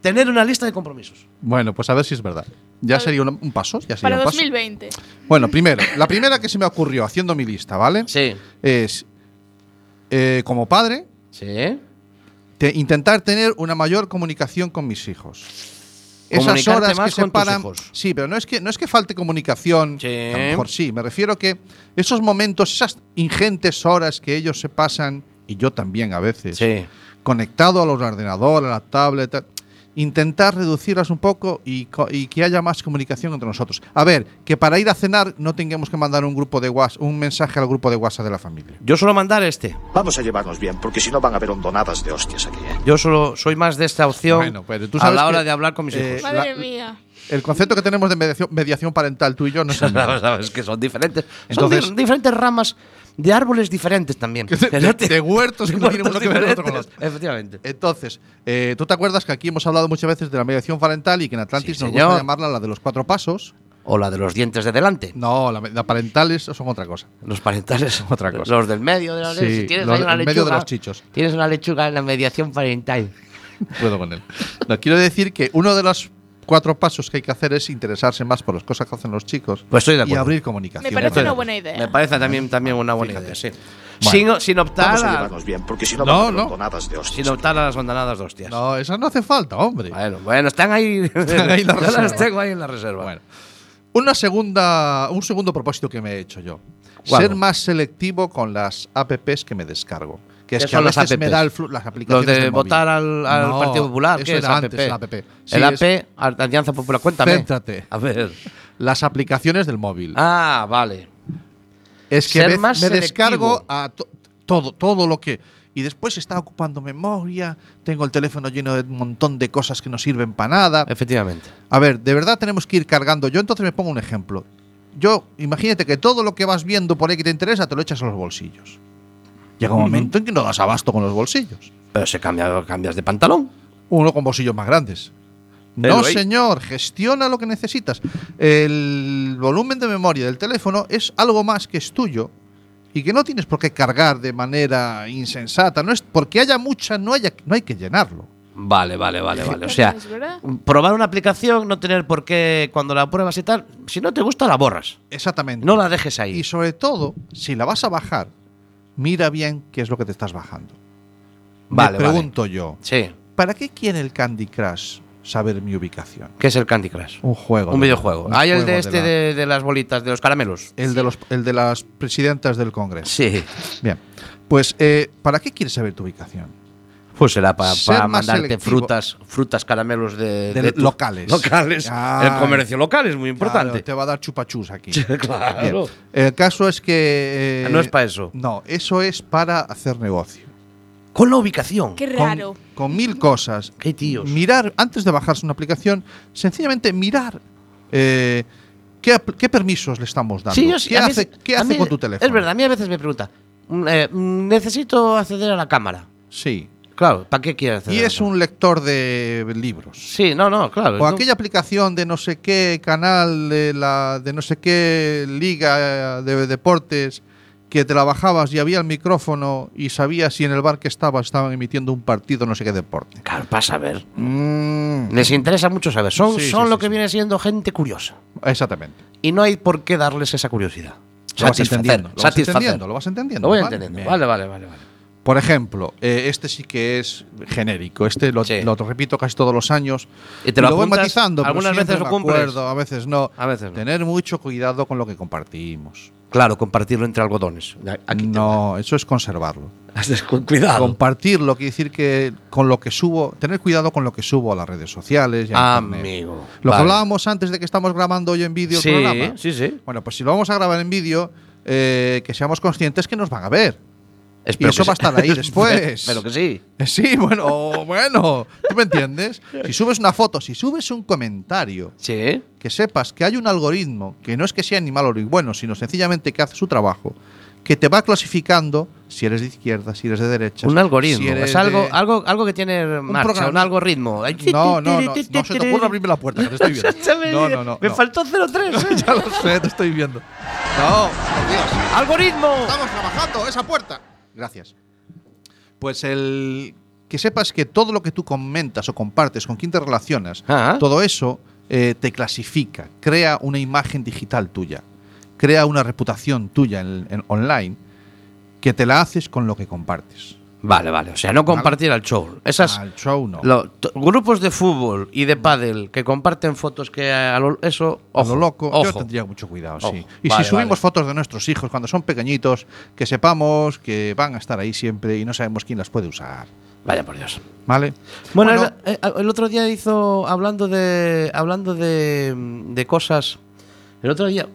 Speaker 1: tener una lista de compromisos.
Speaker 2: Bueno, pues a ver si es verdad. Ya sería un, un paso, ya sería
Speaker 3: Para
Speaker 2: un paso.
Speaker 3: 2020.
Speaker 2: Bueno, primero, la primera que se me ocurrió haciendo mi lista, ¿vale?
Speaker 1: Sí.
Speaker 2: Es eh, como padre,
Speaker 1: Sí.
Speaker 2: te- intentar tener una mayor comunicación con mis hijos. Esas
Speaker 1: Comunicarte
Speaker 2: horas
Speaker 1: más
Speaker 2: que
Speaker 1: con tus
Speaker 2: separan.
Speaker 1: hijos.
Speaker 2: Sí, pero no es que no es que falte comunicación.
Speaker 1: Sí.
Speaker 2: A lo mejor sí. Me refiero que esos momentos, esas ingentes horas que ellos se pasan, y yo también a veces,
Speaker 1: Sí.
Speaker 2: conectado al ordenador, a la tablet, tal, intentar reducirlas un poco y, co- y que haya más comunicación entre nosotros. A ver, que para ir a cenar no tengamos que mandar un grupo de WhatsApp, un mensaje al grupo de WhatsApp de la familia.
Speaker 1: Yo suelo mandar este.
Speaker 5: Vamos a llevarnos bien, porque si no van a haber hondonadas de hostias aquí, ¿eh?
Speaker 1: Yo solo soy más de esta opción
Speaker 2: Bueno, pero tú
Speaker 1: a
Speaker 2: sabes
Speaker 1: la
Speaker 2: que,
Speaker 1: hora de hablar con mis
Speaker 2: eh,
Speaker 1: hijos.
Speaker 2: la-
Speaker 3: Madre mía.
Speaker 2: El concepto que tenemos de mediación, mediación parental tú y yo no es el mismo.
Speaker 1: Sabes que son diferentes.
Speaker 2: Entonces-
Speaker 1: son di- diferentes ramas de árboles diferentes también.
Speaker 2: Que de-
Speaker 1: Que no
Speaker 2: de- de huertos que no tienen uno que ver el otro con el
Speaker 1: diferentes. Efectivamente.
Speaker 2: Entonces, eh, tú te acuerdas que aquí hemos hablado muchas veces de la mediación parental y que en Atlantis
Speaker 1: Sí,
Speaker 2: nos
Speaker 1: señor.
Speaker 2: gusta llamarla la de los cuatro pasos.
Speaker 1: O la de los dientes de delante.
Speaker 2: No, la, la parentales son otra cosa.
Speaker 1: Los parentales son
Speaker 2: Otra cosa.
Speaker 1: Los del medio de la
Speaker 2: Sí,
Speaker 1: si tienes
Speaker 2: los
Speaker 1: ahí una
Speaker 2: del medio de
Speaker 1: lechuga,
Speaker 2: los chichos.
Speaker 1: Tienes una lechuga en la mediación parental.
Speaker 2: Puedo con él. No, quiero decir que uno de los cuatro pasos que hay que hacer es interesarse más por las cosas que hacen los chicos
Speaker 1: Pues estoy de
Speaker 2: y
Speaker 1: acuerdo.
Speaker 2: abrir comunicación.
Speaker 3: Me parece una
Speaker 2: Entonces,
Speaker 3: buena idea.
Speaker 1: Me parece también, también una buena
Speaker 2: Fíjate.
Speaker 1: idea, sí.
Speaker 2: Bueno.
Speaker 1: Sin, sin optar
Speaker 5: Vamos a
Speaker 1: a,
Speaker 5: llevarnos bien, porque si no
Speaker 2: No,
Speaker 5: van a haber
Speaker 2: no.
Speaker 5: hondonadas de hostias.
Speaker 1: sin optar a las bandanadas de hostias.
Speaker 2: No, esa no hace falta, hombre.
Speaker 1: Bueno, bueno, están ahí.
Speaker 2: ahí en la
Speaker 1: Yo las
Speaker 2: reserva.
Speaker 1: tengo ahí en la reserva.
Speaker 2: Bueno. Una segunda, un segundo propósito que me he hecho yo.
Speaker 1: ¿Cuál?
Speaker 2: Ser más selectivo con las apps que me descargo. Que es
Speaker 1: ¿Qué
Speaker 2: que a
Speaker 1: son las
Speaker 2: veces me
Speaker 1: apps?
Speaker 2: da el flu- las
Speaker 1: Los
Speaker 2: aplicaciones
Speaker 1: de
Speaker 2: del móvil.
Speaker 1: votar al, al
Speaker 2: No,
Speaker 1: Partido Popular,
Speaker 2: eso
Speaker 1: que es
Speaker 2: era
Speaker 1: APP.
Speaker 2: antes, el APP. Sí,
Speaker 1: el
Speaker 2: es-
Speaker 1: AP, Alianza Popular, cuéntame.
Speaker 2: Céntrate.
Speaker 1: A ver.
Speaker 2: Las aplicaciones del móvil.
Speaker 1: Ah, vale.
Speaker 2: es que
Speaker 1: ser
Speaker 2: me,
Speaker 1: más
Speaker 2: me
Speaker 1: selectivo.
Speaker 2: descargo a to- todo, todo lo que. Y después está ocupando memoria, tengo el teléfono lleno de un montón de cosas que no sirven para nada.
Speaker 1: Eh. Efectivamente.
Speaker 2: A ver, de verdad tenemos que ir cargando. Yo entonces me pongo un ejemplo. Yo, imagínate que todo lo que vas viendo por ahí que te interesa te lo echas a los bolsillos. Llega un momento en que no das abasto con los bolsillos.
Speaker 1: Pero se cambia, cambias de pantalón.
Speaker 2: Uno con bolsillos más grandes.
Speaker 1: Pero,
Speaker 2: No,
Speaker 1: ey.
Speaker 2: señor, gestiona lo que necesitas. El volumen de memoria del teléfono es algo más que es tuyo y que no tienes por qué cargar de manera insensata. No es porque haya mucha, no, haya, no hay que llenarlo.
Speaker 1: Vale, vale, vale, vale. O sea,
Speaker 3: Es verdad.
Speaker 1: probar una aplicación, no tener por qué cuando la pruebas y tal. Si no te gusta, la borras.
Speaker 2: Exactamente.
Speaker 1: No la dejes ahí.
Speaker 2: Y sobre todo, si la vas a bajar, mira bien qué es lo que te estás bajando.
Speaker 1: Vale, vale.
Speaker 2: Me pregunto yo,
Speaker 1: Sí.
Speaker 2: ¿para qué quiere el Candy Crush saber mi ubicación?
Speaker 1: ¿Qué es el Candy Crush?
Speaker 2: Un juego.
Speaker 1: Un
Speaker 2: de-
Speaker 1: videojuego.
Speaker 2: un
Speaker 1: Hay el
Speaker 2: juego
Speaker 1: de este
Speaker 2: la- Eh,
Speaker 1: de, de las bolitas, de los caramelos.
Speaker 2: el de los el de las presidentas del Congreso.
Speaker 1: Sí.
Speaker 2: Bien. Pues eh, ¿para qué quieres saber tu ubicación?
Speaker 1: Pues será para
Speaker 2: Ser más
Speaker 1: mandarte
Speaker 2: selectivo.
Speaker 1: frutas, frutas, caramelos de,
Speaker 2: De
Speaker 1: tu-
Speaker 2: locales.
Speaker 1: Locales.
Speaker 2: Ah.
Speaker 1: el comercio local es muy importante.
Speaker 2: Claro, te va a dar chupachus aquí.
Speaker 1: Claro.
Speaker 2: Bien. El caso es que eh,
Speaker 1: No es para eso.
Speaker 2: No, eso es para hacer negocio.
Speaker 1: Con la ubicación.
Speaker 3: Qué
Speaker 2: con-
Speaker 3: raro.
Speaker 2: Con, mil cosas.
Speaker 1: Qué tíos.
Speaker 2: Mirar, antes de bajarse una aplicación, sencillamente mirar eh, qué, apl- qué permisos le estamos dando.
Speaker 1: Sí, yo sí,
Speaker 2: ¿Qué
Speaker 1: a mí
Speaker 2: hace,
Speaker 1: sí-
Speaker 2: qué
Speaker 1: a
Speaker 2: hace
Speaker 1: mí-
Speaker 2: con tu teléfono?
Speaker 1: Es verdad, a mí a veces me pregunta, mm, eh, mm, necesito acceder a la cámara.
Speaker 2: Sí.
Speaker 1: Claro, ¿para qué quieres acceder?
Speaker 2: Y
Speaker 1: a la
Speaker 2: es
Speaker 1: cámara?
Speaker 2: un lector de libros.
Speaker 1: Sí, no, no, claro.
Speaker 2: O
Speaker 1: Pues no-
Speaker 2: aquella aplicación de no sé qué canal, de, la, de no sé qué liga de deportes, que te la bajabas y había el micrófono y sabías si en el bar que estabas estaban emitiendo un partido, no sé qué deporte.
Speaker 1: Claro, para saber.
Speaker 2: Mm,
Speaker 1: Les interesa mucho saber. Son,
Speaker 2: Sí, sí,
Speaker 1: son
Speaker 2: sí,
Speaker 1: lo que
Speaker 2: sí.
Speaker 1: viene siendo gente curiosa.
Speaker 2: Exactamente.
Speaker 1: Y no hay por qué darles esa curiosidad.
Speaker 2: Lo vas
Speaker 1: Satisfacer,
Speaker 2: entendiendo, lo vas
Speaker 1: satisfacer.
Speaker 2: entendiendo, lo vas entendiendo,
Speaker 1: Lo voy
Speaker 2: ¿vale?
Speaker 1: entendiendo.
Speaker 2: Bien.
Speaker 1: Vale, vale, vale, vale.
Speaker 2: Por ejemplo, eh, este sí que es genérico. Este lo,
Speaker 1: Sí.
Speaker 2: lo repito casi todos los años.
Speaker 1: Y te lo
Speaker 2: voy
Speaker 1: apuntas,
Speaker 2: matizando. pero
Speaker 1: algunas
Speaker 2: siempre
Speaker 1: veces lo
Speaker 2: me
Speaker 1: cumples.
Speaker 2: acuerdo, a veces no.
Speaker 1: A veces no.
Speaker 2: Tener mucho cuidado con lo que compartimos.
Speaker 1: Claro, compartirlo entre algodones. Aquí
Speaker 2: no, eso es conservarlo.
Speaker 1: te- Con cuidado.
Speaker 2: Compartirlo quiere decir que con lo que subo, tener cuidado con lo que subo a las redes sociales. Y a internet.
Speaker 1: Ah, Amigo.
Speaker 2: Lo
Speaker 1: Vale.
Speaker 2: que hablábamos antes de que estamos grabando hoy en vídeo el
Speaker 1: Sí,
Speaker 2: programa.
Speaker 1: sí, sí.
Speaker 2: Bueno, pues si lo vamos a grabar en vídeo, eh, que seamos conscientes que nos van a ver.
Speaker 1: Espero
Speaker 2: eso
Speaker 1: que
Speaker 2: va a
Speaker 1: sí.
Speaker 2: estar ahí después.
Speaker 1: Pero que sí.
Speaker 2: Eh, Sí, bueno, o bueno, tú me entiendes. Si subes una foto, si subes un comentario,
Speaker 1: Sí.
Speaker 2: que sepas que hay un algoritmo, que no es que sea ni malo ni bueno, sino sencillamente que hace su trabajo, que te va clasificando si eres de izquierda, si eres de derecha.
Speaker 1: Un algoritmo.
Speaker 2: si eres
Speaker 1: es algo,
Speaker 2: de-
Speaker 1: algo, algo que tiene marcha,
Speaker 2: programa.
Speaker 1: un algoritmo.
Speaker 2: No, no, no, no se te ocurra abrirme la puerta, que te estoy viendo. No, no, no.
Speaker 1: Me
Speaker 2: no.
Speaker 1: faltó ¿eh? 03.
Speaker 2: Ya lo sé, te estoy viendo. No, por Dios.
Speaker 1: ¡Algoritmo!
Speaker 2: Estamos trabajando esa puerta. Gracias. Pues el que sepas que todo lo que tú comentas o compartes, con quién te relacionas,
Speaker 1: Ah.
Speaker 2: todo eso eh, te clasifica, crea una imagen digital tuya, crea una reputación tuya en- en online que te la haces con lo que compartes.
Speaker 1: Vale, vale. O sea, no compartir al show. Esas
Speaker 2: Al show no.
Speaker 1: lo- t- grupos de fútbol y de pádel que comparten fotos que a lo- eso
Speaker 2: A
Speaker 1: ojo,
Speaker 2: lo loco, yo
Speaker 1: ojo.
Speaker 2: tendría mucho cuidado,
Speaker 1: Ojo.
Speaker 2: sí. Y
Speaker 1: Vale,
Speaker 2: si subimos
Speaker 1: vale.
Speaker 2: fotos de nuestros hijos cuando son pequeñitos, que sepamos que van a estar ahí siempre y no sabemos quién las puede usar,
Speaker 1: Vaya por Dios.
Speaker 2: ¿vale?
Speaker 1: Bueno, el, eh, el otro día hizo hablando de hablando de, de cosas. El otro día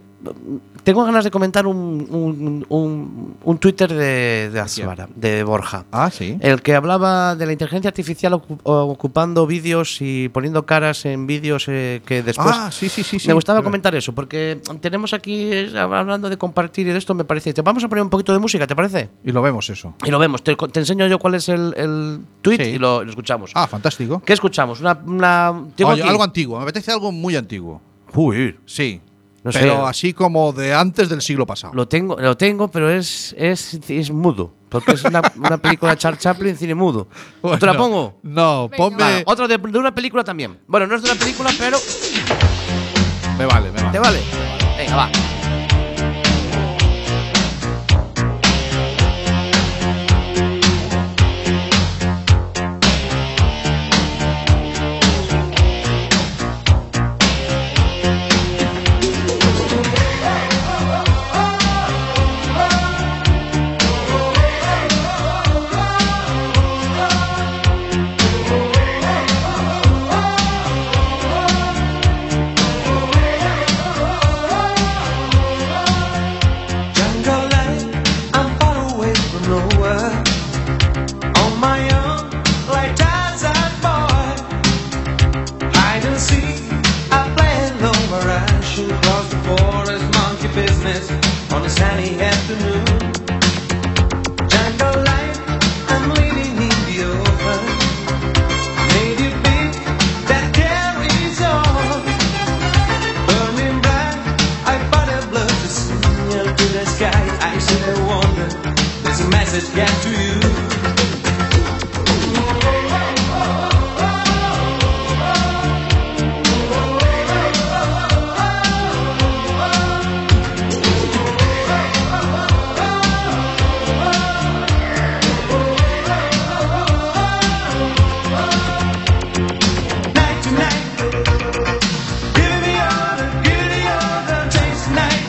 Speaker 1: tengo ganas de comentar un, un, un- un Twitter de de Azvara, de Borja.
Speaker 2: ah, sí.
Speaker 1: El que hablaba de la inteligencia artificial ocu- ocupando vídeos y poniendo caras en vídeos eh, que después
Speaker 2: ah, sí, sí, sí, sí.
Speaker 1: me gustaba
Speaker 2: Pero-
Speaker 1: comentar eso, porque tenemos aquí, eh, hablando de compartir y de esto, me parece. Te vamos a poner un poquito de música, ¿te parece?
Speaker 2: Y lo vemos eso.
Speaker 1: Y lo vemos. Te, te enseño yo cuál es el, el tweet
Speaker 2: Sí.
Speaker 1: y lo, lo escuchamos.
Speaker 2: Ah, fantástico.
Speaker 1: ¿Qué escuchamos? Una, una- tengo
Speaker 2: Oye,
Speaker 1: aquí-
Speaker 2: algo antiguo, me apetece algo muy antiguo.
Speaker 1: Uy,
Speaker 2: Sí.
Speaker 1: No sé.
Speaker 2: pero así como de antes del siglo pasado.
Speaker 1: lo tengo, lo tengo, pero es, es, es mudo. Porque es una, una película de Charles Chaplin, cine mudo.
Speaker 2: Bueno,
Speaker 1: ¿Te la pongo?
Speaker 2: No,
Speaker 3: Venga.
Speaker 2: ponme.
Speaker 1: Vale, otra de, de una película también. Bueno, no es de una película, pero
Speaker 2: Me vale, me
Speaker 1: ¿te
Speaker 2: vale.
Speaker 1: vale? Venga, va.
Speaker 6: Jungle life, I'm far away from nowhere. On my own, like Tarzan boy. Hide and seek, I play alone where I shoot across the forest, monkey business on a sunny afternoon. Jungle life, I'm living in the open. Made you big, that carries on. Burning bright, I find a blood to see up to the sky. I said I wonder, there's a message got to you. Night to night, give me all the, give me all the taste tonight.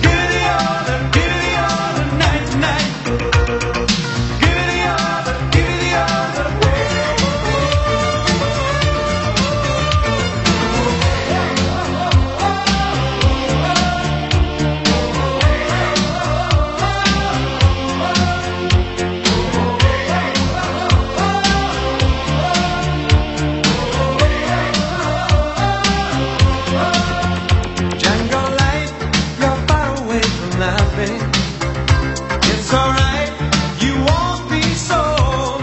Speaker 6: Give me all the, give me all the night tonight. Give me all the, give me all the. Jungle life, you're far away from nothing. It's alright, you won't be sold.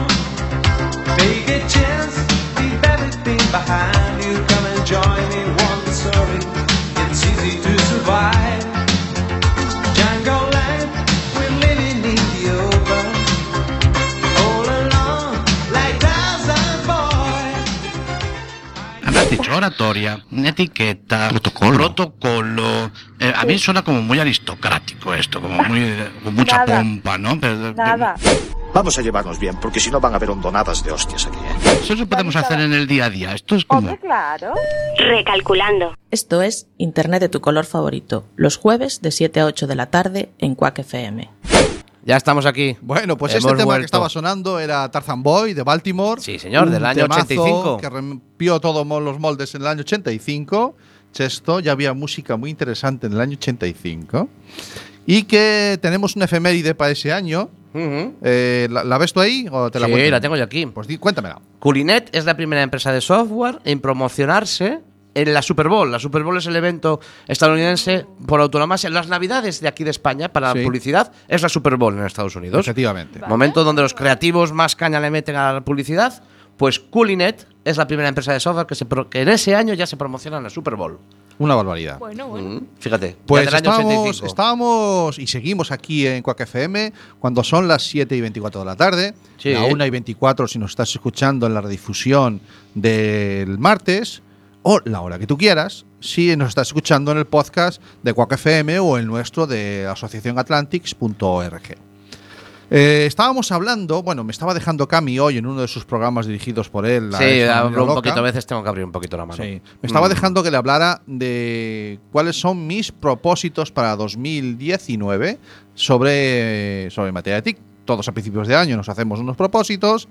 Speaker 6: Take a chance, leave everything behind you. Come and join me, won't be sorry. It's easy to survive. Jungle life, we're living in the open. All alone, like Tarzan boy.
Speaker 7: Habrás dicho oratoria, etiqueta, protocolo. protocolo. Eh, a mí suena como muy aristocrático esto, como muy, eh, con mucha
Speaker 8: Nada.
Speaker 7: pompa, ¿no? Pero- eh,
Speaker 8: Nada.
Speaker 5: Vamos a llevarnos bien, porque si no van a haber hondonadas de hostias aquí, ¿eh?
Speaker 7: Eso lo podemos hacer en el día a día. Esto es como.
Speaker 8: Hombre, claro.
Speaker 9: Recalculando.
Speaker 10: Esto es Internet de tu color favorito, los jueves de 7 a 8 de la tarde en Quack FM.
Speaker 1: Ya estamos aquí.
Speaker 2: Bueno, pues
Speaker 1: Hemos
Speaker 2: este tema
Speaker 1: vuelto.
Speaker 2: que estaba sonando era Tarzan Boy de Baltimore.
Speaker 1: Sí, señor,
Speaker 2: Un
Speaker 1: del año
Speaker 2: temazo
Speaker 1: 85.
Speaker 2: Que rompió todos mo- los moldes en el año 85. Chesto, ya había música muy interesante en el año 85. Y que tenemos una efeméride para ese año.
Speaker 1: Ujú.
Speaker 2: Eh, ¿la, la ves tú ahí o te la
Speaker 1: Sí,
Speaker 2: cuento?
Speaker 1: la tengo yo aquí.
Speaker 2: Pues di- cuéntamela.
Speaker 1: Culinet es la primera empresa de software en promocionarse en la Super Bowl. La Super Bowl es el evento estadounidense por autonomía. Las navidades de aquí de España para
Speaker 2: Sí. Pues
Speaker 1: la publicidad es la Super Bowl en Estados Unidos.
Speaker 2: Efectivamente.
Speaker 1: Momento donde los creativos más caña le meten a la publicidad. Pues Culinet es la primera empresa de software que, se pro- que en ese año ya se promociona en la Super Bowl.
Speaker 2: Una barbaridad.
Speaker 3: Bueno, bueno.
Speaker 1: Mm, Fíjate, ya
Speaker 2: Pues
Speaker 1: del año
Speaker 2: estábamos,
Speaker 1: 85.
Speaker 2: estábamos y seguimos aquí en Quack FM cuando son las 7 y 24 de la tarde.
Speaker 1: Sí.
Speaker 2: La 1 y 24 si nos estás escuchando en la redifusión del martes o la hora que tú quieras si nos estás escuchando en el podcast de Quack FM o el nuestro de asociacionatlantics.org. Eh, estábamos hablando, bueno, me estaba dejando Cami hoy en uno de sus programas dirigidos por él. la
Speaker 1: sí,
Speaker 2: esa
Speaker 1: hablo un
Speaker 2: loca.
Speaker 1: poquito, a veces tengo que abrir un poquito la mano.
Speaker 2: Sí. Me estaba
Speaker 1: Mm.
Speaker 2: dejando que le hablara de cuáles son mis propósitos para 2019 sobre, sobre materia de TIC. Todos a principios de año nos hacemos unos propósitos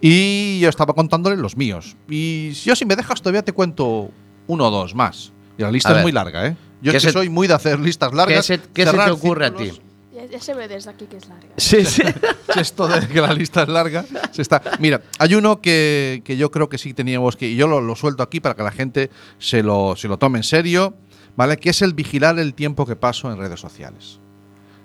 Speaker 2: y yo estaba contándole los míos. Y si yo si me dejas todavía te cuento uno o dos más. Y la lista
Speaker 1: A
Speaker 2: es
Speaker 1: ver.
Speaker 2: muy larga, ¿eh? Yo
Speaker 1: ¿Qué
Speaker 2: es que
Speaker 1: se-
Speaker 2: soy muy de hacer listas
Speaker 1: ¿Qué
Speaker 2: largas.
Speaker 1: se, qué se
Speaker 2: cerrar
Speaker 1: te ocurre a ti?
Speaker 2: círculos.
Speaker 3: Ya, ya se ve desde aquí que es larga.
Speaker 1: Sí, sí.
Speaker 2: Esto de que la lista es larga. Se está. Mira, hay uno que, que yo creo que sí teníamos que. Y yo lo, lo suelto aquí para que la gente se lo, se lo tome en serio, ¿vale? Que es el vigilar el tiempo que paso en redes sociales.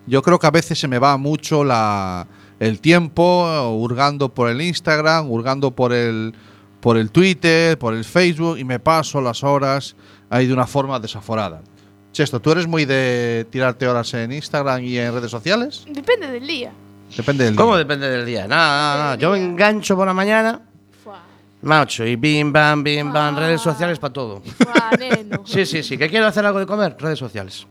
Speaker 2: Yo creo que a veces se me va mucho la, el tiempo hurgando por el Instagram, hurgando por el, por el Twitter, por el Facebook y me paso las horas ahí de una forma desaforada. Chesto, ¿tú eres muy de tirarte horas en Instagram y en redes sociales?
Speaker 3: Depende del día.
Speaker 2: Depende del
Speaker 1: ¿Cómo
Speaker 2: día.
Speaker 1: depende del día? Nada, nada, Yo me engancho por la mañana,
Speaker 3: Fua,
Speaker 1: macho, y bim, bam, bim, bam,
Speaker 3: Ah.
Speaker 1: redes sociales para todo.
Speaker 3: fua, neno.
Speaker 1: Sí, sí, sí. ¿Que quiero hacer algo de comer? Redes sociales.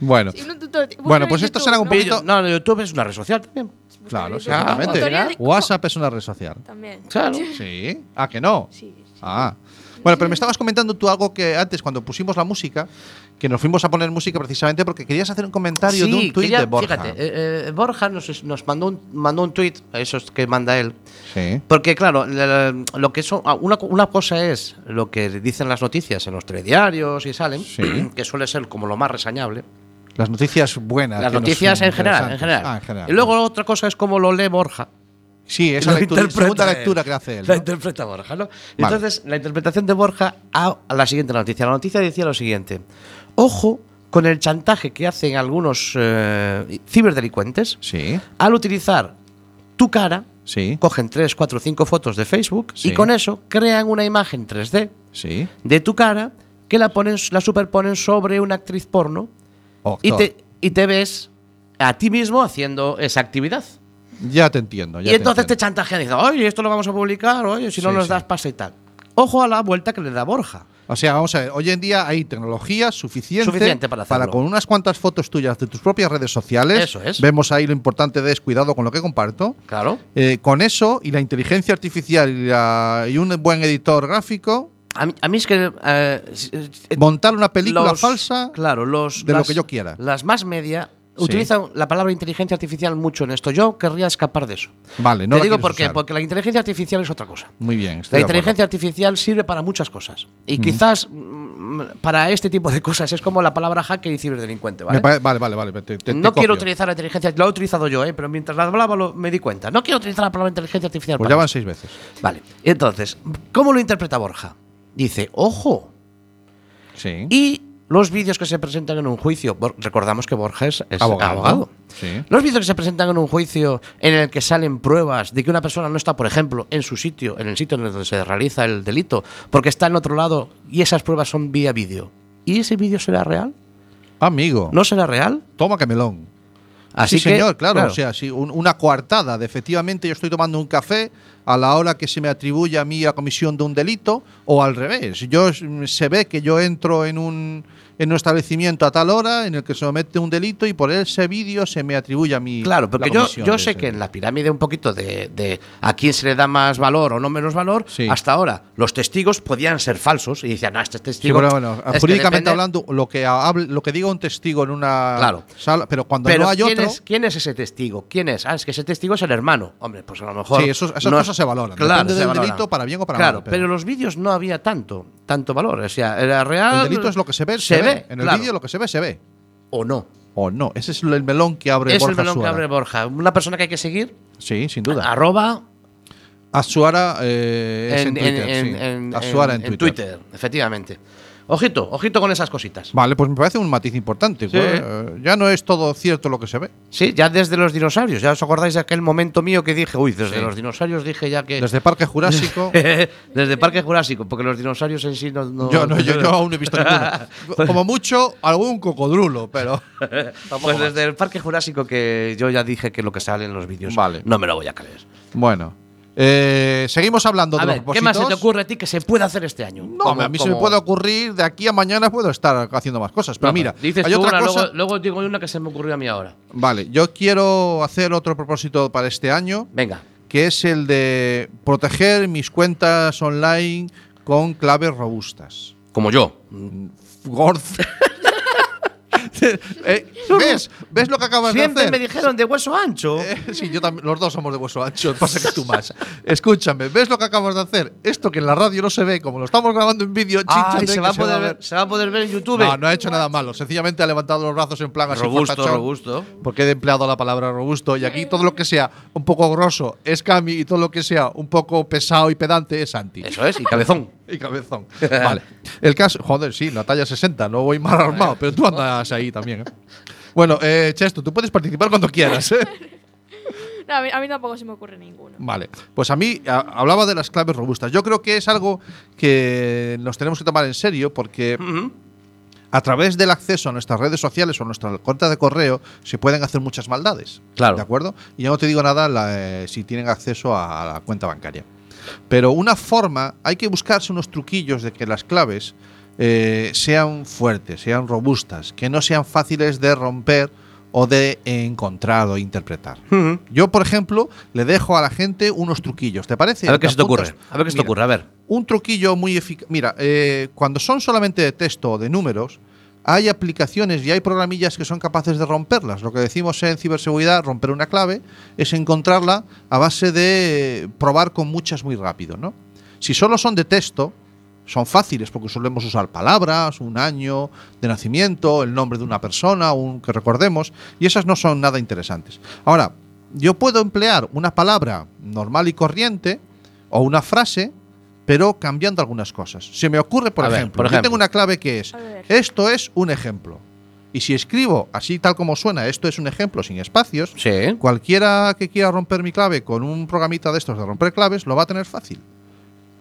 Speaker 2: Bueno.
Speaker 3: Y no te- te- buscar
Speaker 2: Bueno,
Speaker 3: en
Speaker 2: pues esto
Speaker 3: YouTube,
Speaker 2: será un
Speaker 3: ¿no?
Speaker 2: poquito-
Speaker 1: Vídeo- No, no, YouTube es una red social también.
Speaker 3: Buscar
Speaker 2: Claro,
Speaker 3: en YouTube.
Speaker 2: exactamente.
Speaker 3: Tutorial de-
Speaker 2: WhatsApp es una red social.
Speaker 3: También.
Speaker 1: Claro.
Speaker 2: Sí. Ah, que no.
Speaker 3: Sí, sí.
Speaker 2: Ah. Bueno, pero me estabas comentando tú algo que antes, cuando pusimos la música, que nos fuimos a poner música precisamente porque querías hacer un comentario de un tuit
Speaker 1: quería-
Speaker 2: de Borja.
Speaker 1: Fíjate, eh, eh, Borja nos, nos mandó, un, mandó un tweet, esos que manda él.
Speaker 2: Sí.
Speaker 1: Porque, claro, la- la- lo que son, ah, una, co- una cosa es lo que dicen las noticias en los telediarios y salen,
Speaker 2: Sí.
Speaker 1: que suele ser como lo más resañable.
Speaker 2: Las noticias buenas.
Speaker 1: las
Speaker 2: Ah, que nos
Speaker 1: noticias
Speaker 2: son
Speaker 1: en general, en
Speaker 2: interesantes.
Speaker 1: general.
Speaker 2: Ah, en general.
Speaker 1: Y luego otra cosa es como lo lee Borja.
Speaker 2: Sí, esa
Speaker 1: Lo
Speaker 2: lectura,
Speaker 1: interpreta
Speaker 2: segunda
Speaker 1: él.
Speaker 2: lectura que hace él.
Speaker 1: La
Speaker 2: ¿no?
Speaker 1: interpreta Borja, ¿no? Y Entonces, la interpretación de Borja a a la siguiente noticia. La noticia decía lo siguiente: Ojo con el chantaje que hacen algunos eh, ciberdelincuentes
Speaker 2: Sí,
Speaker 1: al utilizar tu cara.
Speaker 2: sí,
Speaker 1: Cogen 3, 4, 5 fotos de Facebook
Speaker 2: Sí.
Speaker 1: y con eso crean una imagen 3D
Speaker 2: sí.
Speaker 1: de tu cara que la, ponen, la superponen sobre una actriz porno y
Speaker 2: Octor.
Speaker 1: te, y te ves a ti mismo haciendo esa actividad.
Speaker 2: Ya te entiendo. ya
Speaker 1: Y entonces
Speaker 2: te
Speaker 1: te
Speaker 2: entiendo.
Speaker 1: chantajean diciendo, oye, esto lo vamos a publicar, oye, si no
Speaker 2: Sí,
Speaker 1: nos
Speaker 2: sí.
Speaker 1: das pasta y tal. Ojo a la vuelta que le da Borja.
Speaker 2: O sea, vamos a ver, hoy en día hay tecnología suficiente,
Speaker 1: Suficiente para hacerlo.
Speaker 2: con unas cuantas fotos tuyas de tus propias redes sociales.
Speaker 1: Eso es.
Speaker 2: Vemos ahí lo importante de es cuidado con lo que comparto.
Speaker 1: Claro.
Speaker 2: Eh, con eso y la inteligencia artificial y, la- y un buen editor gráfico,
Speaker 1: A mí, a mí es que... eh, s- eh,
Speaker 2: montar una película
Speaker 1: los-
Speaker 2: falsa.
Speaker 1: claro, los,
Speaker 2: de lo que yo quiera.
Speaker 1: Las más media
Speaker 2: Sí.
Speaker 1: utilizan la palabra inteligencia artificial mucho en esto. Yo querría escapar de eso.
Speaker 2: Vale, no
Speaker 1: Te
Speaker 2: la
Speaker 1: digo
Speaker 2: quieres
Speaker 1: por qué,
Speaker 2: usar.
Speaker 1: porque la inteligencia artificial es otra cosa.
Speaker 2: Muy
Speaker 1: La
Speaker 2: bien. estoy de acuerdo.
Speaker 1: inteligencia artificial sirve para muchas cosas. Y quizás mm, para este tipo de cosas es como la palabra hacker y ciberdelincuente, ¿vale?
Speaker 2: Me pare- vale, vale, vale. te- te- te
Speaker 1: no quiero
Speaker 2: copio.
Speaker 1: utilizar la inteligencia, lo he utilizado yo, ¿eh? pero mientras la hablaba lo- me di cuenta. No quiero utilizar la palabra inteligencia artificial.
Speaker 2: Pues
Speaker 1: para
Speaker 2: ya van
Speaker 1: eso.
Speaker 2: seis veces.
Speaker 1: Vale, entonces, ¿cómo lo interpreta Borja? Dice, ojo,
Speaker 2: Sí.
Speaker 1: y los vídeos que se presentan en un juicio, Bor- recordamos que Borja es, es abogado.
Speaker 2: Abogado. Sí.
Speaker 1: Los vídeos que se presentan en un juicio en el que salen pruebas de que una persona no está, por ejemplo, en su sitio, en el sitio en donde se realiza el delito, porque está en otro lado y esas pruebas son vía vídeo. ¿Y ese vídeo será real?
Speaker 2: Amigo,
Speaker 1: ¿No será real?
Speaker 2: toma camelón.
Speaker 1: Así
Speaker 2: sí,
Speaker 1: que,
Speaker 2: señor, claro, O sea, sí, un- una coartada de efectivamente yo estoy tomando un café a la hora que se me atribuye a mí la comisión de un delito o al revés. Yo mm, se ve que yo entro en un en un establecimiento a tal hora en el que se comete un delito y por ese vídeo se me atribuye a mí.
Speaker 1: Claro,
Speaker 2: la
Speaker 1: porque yo,
Speaker 2: comisión
Speaker 1: yo
Speaker 2: de
Speaker 1: sé
Speaker 2: ese
Speaker 1: que en
Speaker 2: delito.
Speaker 1: la pirámide un poquito de, de a quién se le da más valor o no menos valor,
Speaker 2: Sí.
Speaker 1: hasta ahora los testigos podían ser falsos y decían, no, este
Speaker 2: Sí,
Speaker 1: testigo...
Speaker 2: pero bueno,
Speaker 1: es que
Speaker 2: jurídicamente
Speaker 1: depende".
Speaker 2: hablando, lo que hable- lo que diga un testigo en una
Speaker 1: Claro.
Speaker 2: sala, pero cuando
Speaker 1: Pero
Speaker 2: no hay
Speaker 1: ¿quién,
Speaker 2: otro,
Speaker 1: es, ¿quién es ese testigo? ¿Quién es? Ah, es que ese testigo es el hermano. Hombre, pues a lo mejor...
Speaker 2: Sí, eso- esas cosas se valoran. Depende
Speaker 1: se
Speaker 2: del
Speaker 1: valoran.
Speaker 2: delito, para bien o para
Speaker 1: Claro,
Speaker 2: mal, pero-
Speaker 1: pero... los vídeos no había tanto, tanto valor. O sea, era real...
Speaker 2: el delito es lo que se ve, se, ve. En el
Speaker 1: claro.
Speaker 2: vídeo lo que se ve, se ve.
Speaker 1: O no.
Speaker 2: O no, ese es el melón que abre
Speaker 1: Es
Speaker 2: Borja
Speaker 1: el melón que
Speaker 2: Suara.
Speaker 1: abre Ah, Borja. Una persona que hay que seguir,
Speaker 2: Sí, sin duda.
Speaker 1: arroba
Speaker 2: Azuara eh, es en, Twitter.
Speaker 1: en-
Speaker 2: sí.
Speaker 1: en-
Speaker 2: Azuara en,
Speaker 1: en
Speaker 2: Twitter.
Speaker 1: Twitter, efectivamente. Ojito, ojito con esas cositas.
Speaker 2: Vale, pues me parece un matiz importante.
Speaker 1: Sí.
Speaker 2: Eh, ya no es todo cierto lo que se ve.
Speaker 1: Sí, ya desde los dinosaurios. Ya os acordáis de aquel momento mío que dije, uy, desde
Speaker 2: Sí.
Speaker 1: los dinosaurios dije ya que.
Speaker 2: Desde Parque Jurásico.
Speaker 1: Desde Parque Jurásico, porque los dinosaurios en sí no. no-
Speaker 2: yo, no, yo, yo aún no he visto ninguno. Como mucho, algún cocodrulo, pero.
Speaker 1: Pues desde el Parque Jurásico que yo ya dije que lo que sale en los vídeos.
Speaker 2: Vale.
Speaker 1: No me lo voy a creer.
Speaker 2: Bueno. Eh, seguimos hablando
Speaker 1: A
Speaker 2: de
Speaker 1: ver,
Speaker 2: los
Speaker 1: ¿qué más se te
Speaker 2: propósitos.
Speaker 1: ocurre a ti que se pueda hacer este año?
Speaker 2: No, a mí se me puede ocurrir, de aquí a mañana puedo estar haciendo más cosas. Pero
Speaker 1: Vamos,
Speaker 2: mira,
Speaker 1: dices
Speaker 2: hay
Speaker 1: tú
Speaker 2: otra
Speaker 1: una,
Speaker 2: cosa.
Speaker 1: luego, luego digo una que se me ocurrió a mí ahora.
Speaker 2: Vale, yo quiero hacer otro propósito para este año,
Speaker 1: Venga.
Speaker 2: que es el de proteger mis cuentas online con claves robustas.
Speaker 1: Como yo.
Speaker 2: Gorz. Eh, ¿Ves? ¿Ves lo que acabas de
Speaker 1: Siempre
Speaker 2: hacer?
Speaker 1: me dijeron de hueso ancho.
Speaker 2: Eh, sí, yo también, los dos somos de hueso ancho, pasa que tú más. Escúchame, ¿ves lo que acabamos de hacer? Esto que en la radio no se ve, como lo estamos grabando en vídeo,
Speaker 1: Ay,
Speaker 2: chínchate
Speaker 1: Ah, se,
Speaker 2: que
Speaker 1: va a
Speaker 2: va
Speaker 1: poder ver, se va a poder ver en YouTube.
Speaker 2: No, no ha hecho nada malo, sencillamente ha levantado los brazos en plan así
Speaker 1: robusto,
Speaker 2: fortachón,
Speaker 1: robusto.
Speaker 2: Porque he empleado la palabra robusto y aquí todo lo que sea un poco grosso es Cami y todo lo que sea un poco pesado y pedante es Santi.
Speaker 1: Eso es, y cabezón.
Speaker 2: Y cabezón. Vale. El caso, joder, sí, la talla 60, no voy mal armado, pero tú andas ahí también. ¿eh? Bueno, eh, Chesto, tú puedes participar cuando quieras. ¿eh?
Speaker 3: No, a, mí, a mí tampoco se me ocurre ninguno.
Speaker 2: Vale, pues a mí a- hablaba de las claves robustas. Yo creo que es algo que nos tenemos que tomar en serio porque a través del acceso a nuestras redes sociales o a nuestra cuenta de correo se pueden hacer muchas maldades.
Speaker 1: Claro.
Speaker 2: ¿De acuerdo? Y ya no te digo nada la, eh, si tienen acceso a, la cuenta bancaria. Pero una forma, hay que buscarse unos truquillos de que las claves eh, sean fuertes, sean robustas, que no sean fáciles de romper o de encontrar o interpretar. Yo, por ejemplo, le dejo a la gente unos truquillos. ¿Te parece?
Speaker 1: A ver qué se te
Speaker 2: apuntas?
Speaker 1: ocurre. A ver qué se te
Speaker 2: Mira,
Speaker 1: ocurre. A ver.
Speaker 2: Un truquillo muy eficaz. Mira, eh, cuando son solamente de texto o de números, hay aplicaciones y hay programillas que son capaces de romperlas. Lo que decimos en ciberseguridad, romper una clave, es encontrarla a base de eh, probar con muchas muy rápido, ¿no? Si solo son de texto, son fáciles porque solemos usar palabras, un año de nacimiento, el nombre de una persona, un que recordemos, y esas no son nada interesantes. Ahora, yo puedo emplear una palabra normal y corriente o una frase, pero cambiando algunas cosas. Se me ocurre, por,
Speaker 1: A ver,
Speaker 2: ejemplo,
Speaker 1: por
Speaker 2: yo
Speaker 1: ejemplo.
Speaker 2: tengo una clave que es,
Speaker 3: A ver.
Speaker 2: esto es un ejemplo. Y si escribo así tal como suena, esto es un ejemplo sin espacios,
Speaker 1: Sí.
Speaker 2: Cualquiera que quiera romper mi clave con un programita de estos de romper claves lo va a tener fácil.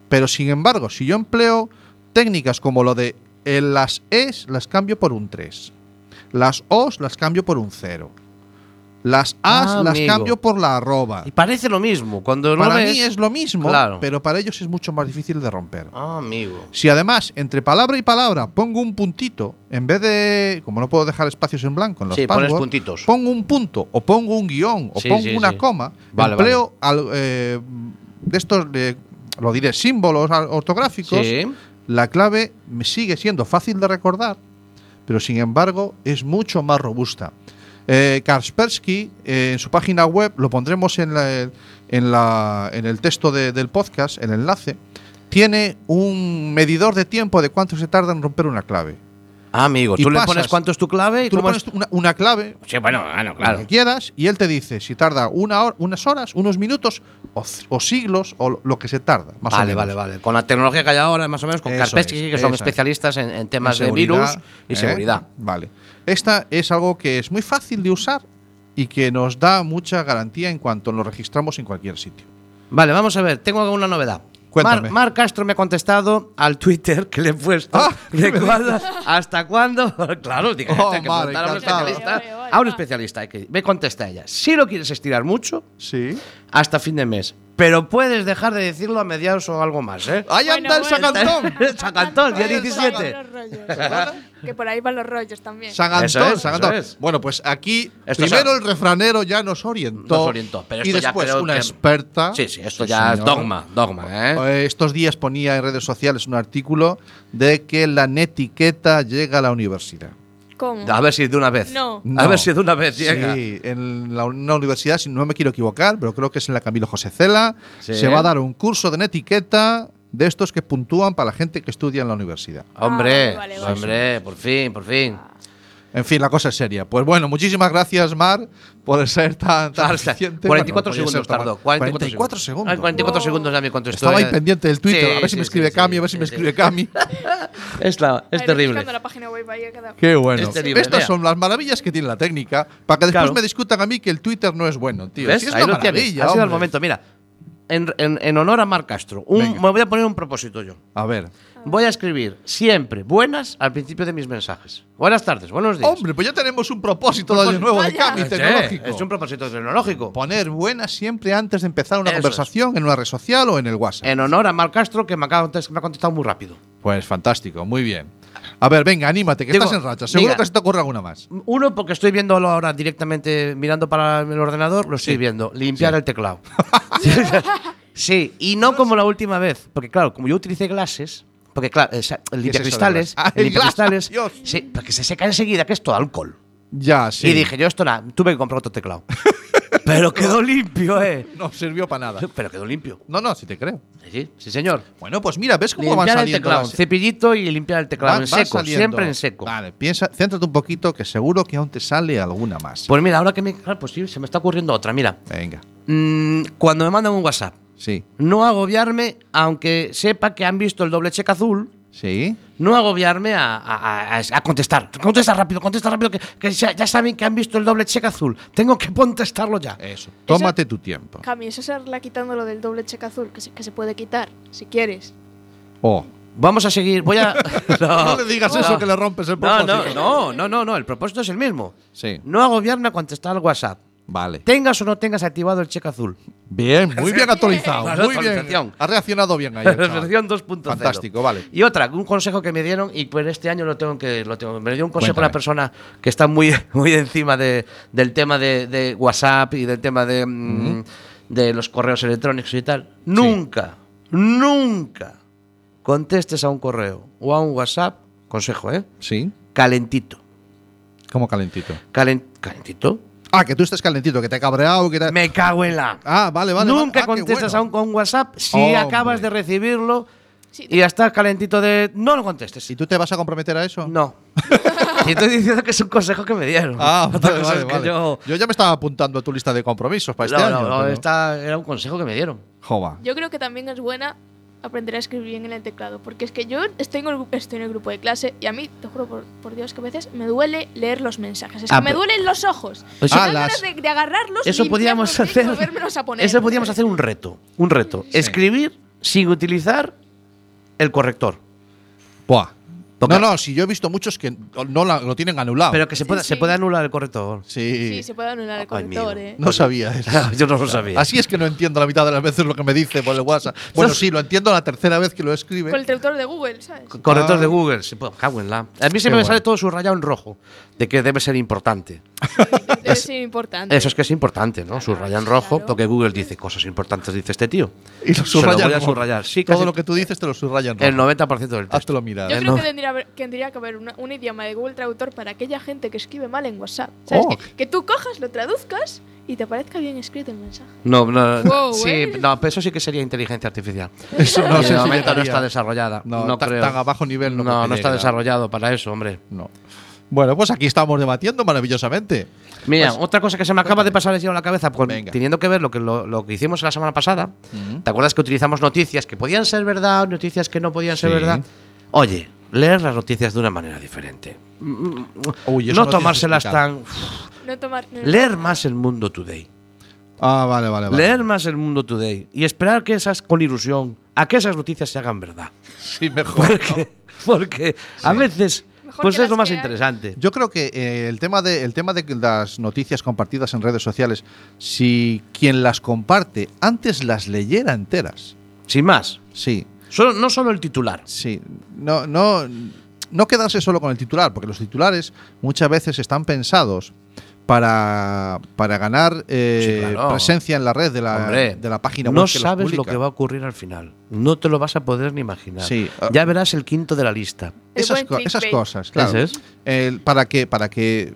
Speaker 2: Pero sin embargo, si yo empleo técnicas como lo de eh, las es las cambio por un 3, las os las cambio por un 0, las as
Speaker 1: Ah,
Speaker 2: las
Speaker 1: amigo.
Speaker 2: cambio por la arroba.
Speaker 1: Y parece lo mismo. Cuando lo
Speaker 2: Para
Speaker 1: ves-
Speaker 2: mí es lo mismo,
Speaker 1: Claro.
Speaker 2: pero para ellos es mucho más difícil de romper.
Speaker 1: Ah, amigo.
Speaker 2: Si además entre palabra y palabra pongo un puntito, en vez de, como no puedo dejar espacios en blanco en los
Speaker 1: Sí, pones
Speaker 2: passwords,
Speaker 1: puntitos.
Speaker 2: pongo un punto o pongo un guión o
Speaker 1: Sí,
Speaker 2: pongo
Speaker 1: sí,
Speaker 2: una
Speaker 1: sí.
Speaker 2: coma,
Speaker 1: Vale,
Speaker 2: empleo al- eh, de estos, de- lo diré, símbolos al- ortográficos,
Speaker 1: Sí.
Speaker 2: la clave me sigue siendo fácil de recordar, pero sin embargo es mucho más robusta. Eh, Kaspersky, eh, en su página web, lo pondremos en, la- en la- en el texto de- del podcast, el enlace, tiene un medidor de tiempo de cuánto se tarda en romper una clave.
Speaker 1: Ah, amigo.
Speaker 2: Y
Speaker 1: Tú le
Speaker 2: pasas.
Speaker 1: pones cuánto es tu clave y
Speaker 2: Tú le
Speaker 1: cómo
Speaker 2: pones
Speaker 1: es-
Speaker 2: una, una clave,
Speaker 1: Sí, bueno, bueno,
Speaker 2: la
Speaker 1: claro.
Speaker 2: que quieras, y él te dice si tarda una hora, unas horas, unos minutos o, c- o siglos o lo- lo que se tarda. Más o
Speaker 1: Vale,
Speaker 2: menos.
Speaker 1: vale, vale. Con la tecnología que hay ahora, más o menos, con
Speaker 2: Eso
Speaker 1: Kaspersky,
Speaker 2: es,
Speaker 1: que son
Speaker 2: eso es.
Speaker 1: especialistas en, en temas
Speaker 2: En
Speaker 1: de virus y
Speaker 2: ¿eh?
Speaker 1: seguridad.
Speaker 2: Vale. Esta es algo que es muy fácil de usar y que nos da mucha garantía en cuanto nos registramos en cualquier sitio.
Speaker 1: Vale, vamos a ver, tengo una novedad.
Speaker 2: Cuéntame.
Speaker 1: Mar, Mar Castro me ha contestado al Twitter que le he puesto.
Speaker 2: Ah,
Speaker 1: ¿De
Speaker 2: ¿qué me
Speaker 1: cuándo- ¿Hasta cuándo? claro, dije,
Speaker 2: Oh,
Speaker 1: hay que
Speaker 2: Mar,
Speaker 1: preguntar a un
Speaker 2: encantado.
Speaker 1: especialista.
Speaker 3: Oye, oye,
Speaker 1: A un
Speaker 3: va.
Speaker 1: especialista. hay que- Me contesta ella. Si lo quieres estirar mucho,
Speaker 2: Sí.
Speaker 1: hasta fin de mes. Pero puedes dejar de decirlo a mediados o algo más, ¿eh?
Speaker 2: ¡Ahí
Speaker 3: Bueno,
Speaker 2: anda el
Speaker 3: bueno.
Speaker 2: Sagantón!
Speaker 1: Chacantón, día
Speaker 2: Ahí está.
Speaker 1: 17.
Speaker 3: que por ahí van los rollos también.
Speaker 1: Eso
Speaker 2: Sagantón,
Speaker 1: es,
Speaker 2: Sagantón.
Speaker 1: eso es.
Speaker 2: Bueno, pues aquí
Speaker 1: Esto
Speaker 2: primero
Speaker 1: es-
Speaker 2: el refranero ya nos orientó.
Speaker 1: Nos orientó, pero
Speaker 2: y
Speaker 1: esto ya
Speaker 2: después
Speaker 1: creo
Speaker 2: una
Speaker 1: que-
Speaker 2: experta.
Speaker 1: Sí, sí, esto
Speaker 2: ah. Sí,
Speaker 1: ya es
Speaker 2: señor.
Speaker 1: dogma, dogma, ¿eh?
Speaker 2: Eh, Estos días ponía en redes sociales un artículo de que la netiqueta llega a la universidad.
Speaker 3: ¿Cómo?
Speaker 1: A ver si de una vez.
Speaker 3: No.
Speaker 1: A
Speaker 2: No.
Speaker 1: ver si de una vez llega.
Speaker 2: Sí, en la, una universidad, si no me quiero equivocar, pero creo que es en la Camilo José Cela,
Speaker 1: Sí.
Speaker 2: se va a dar un curso de netiqueta de estos que puntúan para la gente que estudia en la universidad.
Speaker 1: Hombre,
Speaker 3: Ah, vale, vale,
Speaker 1: hombre, por fin, por fin.
Speaker 2: En fin, la cosa es seria. Pues bueno, muchísimas gracias, Mar, por ser tan, tan
Speaker 1: Tarda. 44
Speaker 2: eficiente. Bueno, no podía
Speaker 1: segundos
Speaker 2: ser tan
Speaker 1: tardó.
Speaker 2: mal.
Speaker 1: 44,
Speaker 2: 44
Speaker 1: Ay,
Speaker 2: segundos.
Speaker 1: 44
Speaker 3: Wow.
Speaker 1: segundos ya me contestó.
Speaker 2: Estaba ahí
Speaker 1: Ya-
Speaker 2: pendiente del Twitter,
Speaker 1: Sí,
Speaker 2: a ver si
Speaker 1: sí,
Speaker 2: me escribe
Speaker 1: sí,
Speaker 2: Cami,
Speaker 1: sí,
Speaker 2: a ver si
Speaker 1: sí,
Speaker 2: me
Speaker 1: sí.
Speaker 2: escribe Cami.
Speaker 1: Es, la- es
Speaker 3: Ahora
Speaker 1: terrible.
Speaker 3: buscando la página web ahí a cada-
Speaker 1: Este
Speaker 2: Qué bueno.
Speaker 1: Es terrible,
Speaker 2: Estas
Speaker 1: mira.
Speaker 2: son las maravillas que tiene la técnica, para que después
Speaker 1: Claro.
Speaker 2: me discutan a mí que el Twitter no es bueno, tío.
Speaker 1: ¿Ves?
Speaker 2: Si es
Speaker 1: Ahí
Speaker 2: una
Speaker 1: lo tienes.
Speaker 2: maravilla,
Speaker 1: Ha sido el
Speaker 2: hombre.
Speaker 1: momento, mira. en, en- en honor a Mar Castro. Un-
Speaker 2: Venga.
Speaker 1: me voy a poner un propósito yo.
Speaker 2: A ver.
Speaker 1: Voy a escribir siempre buenas al principio de mis mensajes. Buenas tardes, buenos días.
Speaker 2: Hombre, pues ya tenemos un propósito de año nuevo de
Speaker 3: Vaya.
Speaker 2: cambio
Speaker 1: Sí,
Speaker 2: tecnológico.
Speaker 1: es un propósito tecnológico.
Speaker 2: Poner buenas siempre antes de empezar una
Speaker 1: Eso es.
Speaker 2: conversación en una red social o en el WhatsApp.
Speaker 1: En honor a Mar Castro, que me, acaba- me ha contestado muy rápido.
Speaker 2: Pues fantástico, muy bien. A ver, venga, anímate, que
Speaker 1: Digo,
Speaker 2: estás en racha. Seguro
Speaker 1: diga-
Speaker 2: que se te ocurre alguna más.
Speaker 1: Uno, porque estoy viéndolo ahora directamente mirando para el ordenador, lo estoy
Speaker 2: Sí.
Speaker 1: viendo. Limpiar el teclado. sí, y no como la última vez. Porque, claro, como yo utilicé glases. Porque, claro, el, el
Speaker 2: ¿Qué es eso de
Speaker 1: limpiacristales.
Speaker 2: glass? Ah,
Speaker 1: el
Speaker 2: el glass,
Speaker 1: limpiacristales,
Speaker 2: Dios.
Speaker 1: Sí, porque se seca enseguida, que es todo alcohol.
Speaker 2: Ya, sí.
Speaker 1: Y dije, yo esto nada, tuve que comprar otro teclado. Pero quedó limpio, ¿eh?
Speaker 2: No sirvió para nada.
Speaker 1: Pero quedó limpio.
Speaker 2: No, no, sí te creo.
Speaker 1: Sí, sí, señor.
Speaker 2: Bueno, pues mira, ¿ves cómo van
Speaker 1: Limpiar el
Speaker 2: saliendo
Speaker 1: teclado,
Speaker 2: las-
Speaker 1: cepillito y limpiar el teclado
Speaker 2: van-
Speaker 1: en
Speaker 2: van
Speaker 1: seco,
Speaker 2: saliendo?
Speaker 1: siempre en seco.
Speaker 2: Vale, piensa, céntrate un poquito que seguro que aún te sale alguna más.
Speaker 1: Pues mira, ahora que me. claro, Pues sí, se me está ocurriendo otra. Mira,
Speaker 2: Venga,
Speaker 1: Mm, cuando me mandan un WhatsApp,
Speaker 2: sí,
Speaker 1: no agobiarme, aunque sepa que han visto el doble cheque azul,
Speaker 2: sí.
Speaker 1: no agobiarme a, a- a- a contestar. Contesta rápido, contesta rápido, que, que ya, ya saben que han visto el doble cheque azul. Tengo que contestarlo ya.
Speaker 2: Eso. Tómate tu tiempo.
Speaker 3: Cami, eso se arregla quitando lo del doble cheque azul, que se, que se puede quitar, si quieres.
Speaker 2: Oh.
Speaker 1: Vamos a seguir, voy a.
Speaker 2: No le digas eso, que le rompes el
Speaker 1: Ah. No,
Speaker 2: propósito.
Speaker 1: No, no, no, no, no, el propósito es el mismo.
Speaker 2: Sí.
Speaker 1: No agobiarme a contestar al WhatsApp.
Speaker 2: Vale.
Speaker 1: Tengas o no tengas activado el cheque azul.
Speaker 2: Bien, muy bien actualizado.
Speaker 1: Vale,
Speaker 2: Muy bien.
Speaker 1: actualización.
Speaker 2: Ha reaccionado bien ayer. chaval.
Speaker 1: Versión 2.0.
Speaker 2: Fantástico, vale.
Speaker 1: Y otra, un consejo que me dieron y pues este año lo tengo que lo tengo. Me dio un consejo
Speaker 2: Cuéntame.
Speaker 1: una persona que está muy muy encima de, del tema de, de WhatsApp y del tema de mm, de los correos electrónicos y tal. Nunca, nunca contestes a un correo o a un WhatsApp, consejo, ¿eh?
Speaker 2: Sí.
Speaker 1: Calentito.
Speaker 2: Como calentito.
Speaker 1: Calen- calentito.
Speaker 2: Ah, que tú estés calentito, que te ha cabreado, que te...
Speaker 1: Me cago en la.
Speaker 2: Eh. Ah, vale, vale. vale.
Speaker 1: Nunca
Speaker 2: Ah, qué
Speaker 1: contestas
Speaker 2: bueno.
Speaker 1: a un, a un WhatsApp si
Speaker 2: Hombre.
Speaker 1: acabas de recibirlo
Speaker 3: Sí.
Speaker 1: y ya estás calentito de. No lo contestes.
Speaker 2: ¿Y tú te vas a comprometer a eso?
Speaker 1: No. Te estoy diciendo que es un consejo que me dieron.
Speaker 2: Ah,
Speaker 1: Otra
Speaker 2: vale,
Speaker 1: cosa
Speaker 2: vale,
Speaker 1: es que
Speaker 2: vale.
Speaker 1: yo.
Speaker 2: Yo... ya me estaba apuntando a tu lista de compromisos para
Speaker 1: no,
Speaker 2: este
Speaker 1: no,
Speaker 2: año.
Speaker 1: no,
Speaker 2: pero-
Speaker 1: esta era un consejo que me dieron.
Speaker 2: Jova.
Speaker 3: Yo creo que también es buena aprender a escribir bien en el teclado, porque es que yo estoy en el, gru- estoy en el grupo de clase y a mí, te juro por, por Dios, que a veces me duele leer los mensajes. Es
Speaker 1: Ah,
Speaker 3: que me
Speaker 1: pero-
Speaker 3: duelen los ojos.
Speaker 1: O sea-
Speaker 3: Me dan
Speaker 2: Ah, las-
Speaker 3: ganas de, de agarrarlos
Speaker 1: Eso podíamos
Speaker 3: limpiarlos bien y
Speaker 1: hacer.
Speaker 3: volvérmelos a poner.
Speaker 1: Eso podíamos hacer un reto. Un reto. Escribir sin utilizar el corrector.
Speaker 2: Buah.
Speaker 1: Toca.
Speaker 2: No, no, si yo he visto muchos que no la- lo tienen anulado.
Speaker 1: Pero que se, pueda-
Speaker 3: sí.
Speaker 1: se puede anular el corrector.
Speaker 2: sí.
Speaker 3: Sí, se puede anular el
Speaker 1: Ay, mío.
Speaker 3: corrector, ¿eh?
Speaker 2: No sabía eso.
Speaker 1: Yo no lo sabía.
Speaker 2: Así es que no entiendo la mitad de las veces lo que me dice por el WhatsApp. Bueno, sí, lo entiendo la tercera vez que lo escribe.
Speaker 3: Con el traductor de Google, ¿sabes?
Speaker 1: Corrector
Speaker 2: Ah.
Speaker 1: de Google. Se puede, cago en la. A mí siempre me
Speaker 2: bueno.
Speaker 1: sale todo subrayado en rojo. De que debe ser importante.
Speaker 3: Debe ser importante.
Speaker 1: Eso es que es importante, ¿no? Subraya en rojo porque Google dice cosas importantes, dice este tío.
Speaker 2: Y lo
Speaker 1: Se lo
Speaker 2: subraya.
Speaker 1: voy a
Speaker 2: en rojo.
Speaker 1: subrayar. Sí,
Speaker 2: Todo
Speaker 1: casi
Speaker 2: lo que tú dices te lo subrayan.
Speaker 1: El 90% del texto.
Speaker 2: Hazte lo mirar.
Speaker 3: Yo
Speaker 1: Eh,
Speaker 3: creo
Speaker 1: no.
Speaker 3: que tendría, haber- que tendría que haber una- un idioma de Google Traductor para aquella gente que escribe mal en WhatsApp. ¿Sabes?
Speaker 2: Oh.
Speaker 3: Que, que tú cojas, lo traduzcas y te aparezca bien escrito el mensaje.
Speaker 1: No, no,
Speaker 3: Wow,
Speaker 1: sí,
Speaker 3: ¿eh?
Speaker 1: no, pero eso sí que sería inteligencia artificial.
Speaker 2: Eso no
Speaker 1: Y
Speaker 2: sé
Speaker 1: de
Speaker 2: si
Speaker 1: momento no
Speaker 2: llegaría.
Speaker 1: está desarrollada.
Speaker 2: No,
Speaker 1: No,
Speaker 2: ta-
Speaker 1: creo.
Speaker 2: tan a bajo nivel no creo
Speaker 1: No,
Speaker 2: que
Speaker 1: no está
Speaker 2: llegue,
Speaker 1: desarrollado para eso, hombre.
Speaker 2: No. Bueno, pues aquí estamos debatiendo maravillosamente.
Speaker 1: Mira, otra cosa que se me acaba de pasar así a la cabeza, con-
Speaker 2: Venga.
Speaker 1: teniendo que ver lo que, lo, lo que hicimos la semana pasada, ¿te acuerdas que utilizamos noticias que podían ser verdad, noticias que no podían ser
Speaker 2: Sí.
Speaker 1: verdad? Oye, leer las noticias de una manera diferente.
Speaker 2: Uy, eso
Speaker 1: no
Speaker 2: lo tienes
Speaker 1: tomárselas
Speaker 2: explicado.
Speaker 1: tan.
Speaker 3: No tomar. no-
Speaker 1: Leer más el mundo today.
Speaker 2: Ah, vale, vale, vale.
Speaker 1: Leer más el mundo today. Y esperar que esas, con ilusión, a que esas noticias se hagan verdad.
Speaker 2: Sí, mejor.
Speaker 1: Porque, porque a veces
Speaker 3: Mejor
Speaker 1: pues
Speaker 3: que
Speaker 1: es lo
Speaker 3: las
Speaker 1: más
Speaker 3: que hay.
Speaker 1: interesante.
Speaker 2: Yo creo que eh, el tema de el tema de que las noticias compartidas en redes sociales, si quien las comparte antes las leyera enteras.
Speaker 1: Sin más.
Speaker 2: Sí,
Speaker 1: Solo- no solo el titular.
Speaker 2: sí. No, no, no quedarse solo con el titular, porque los titulares muchas veces están pensados para, para ganar eh,
Speaker 1: Sí, claro.
Speaker 2: presencia en la red de la,
Speaker 1: Hombre,
Speaker 2: de la página web.
Speaker 1: no
Speaker 2: que los
Speaker 1: sabes lo
Speaker 2: publica.
Speaker 1: que va a ocurrir al final. No te lo vas a poder ni imaginar.
Speaker 2: Sí. ah.
Speaker 1: Ya verás el quinto de la lista.
Speaker 3: El
Speaker 2: Esas,
Speaker 3: buen
Speaker 2: co- esas
Speaker 3: clickbait.
Speaker 2: cosas, claro.
Speaker 1: Ese es.
Speaker 2: El- para que, para que,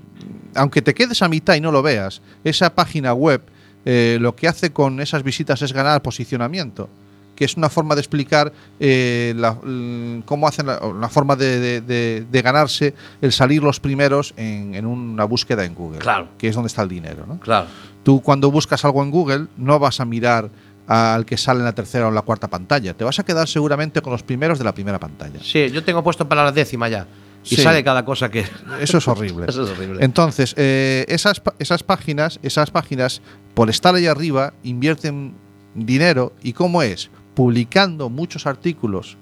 Speaker 2: aunque te quedes a mitad y no lo veas, esa página web eh, lo que hace con esas visitas es ganar posicionamiento, que es una forma de explicar eh, la- l- cómo hacen, la, una forma de, de- de- de ganarse el salir los primeros en, en una búsqueda en Google,
Speaker 1: Claro.
Speaker 2: que es donde está el dinero, ¿no?
Speaker 1: Claro.
Speaker 2: Tú cuando buscas algo en Google no vas a mirar al que sale en la tercera o en la cuarta pantalla, te vas a quedar seguramente con los primeros de la primera pantalla.
Speaker 1: Sí, yo tengo puesto para la décima ya. Y
Speaker 2: Sí.
Speaker 1: sale cada cosa que.
Speaker 2: Eso es horrible.
Speaker 1: Eso es horrible.
Speaker 2: Entonces, eh, esas, pa- esas páginas, esas páginas, por estar ahí arriba, invierten dinero. ¿Y cómo es? Publicando muchos artículos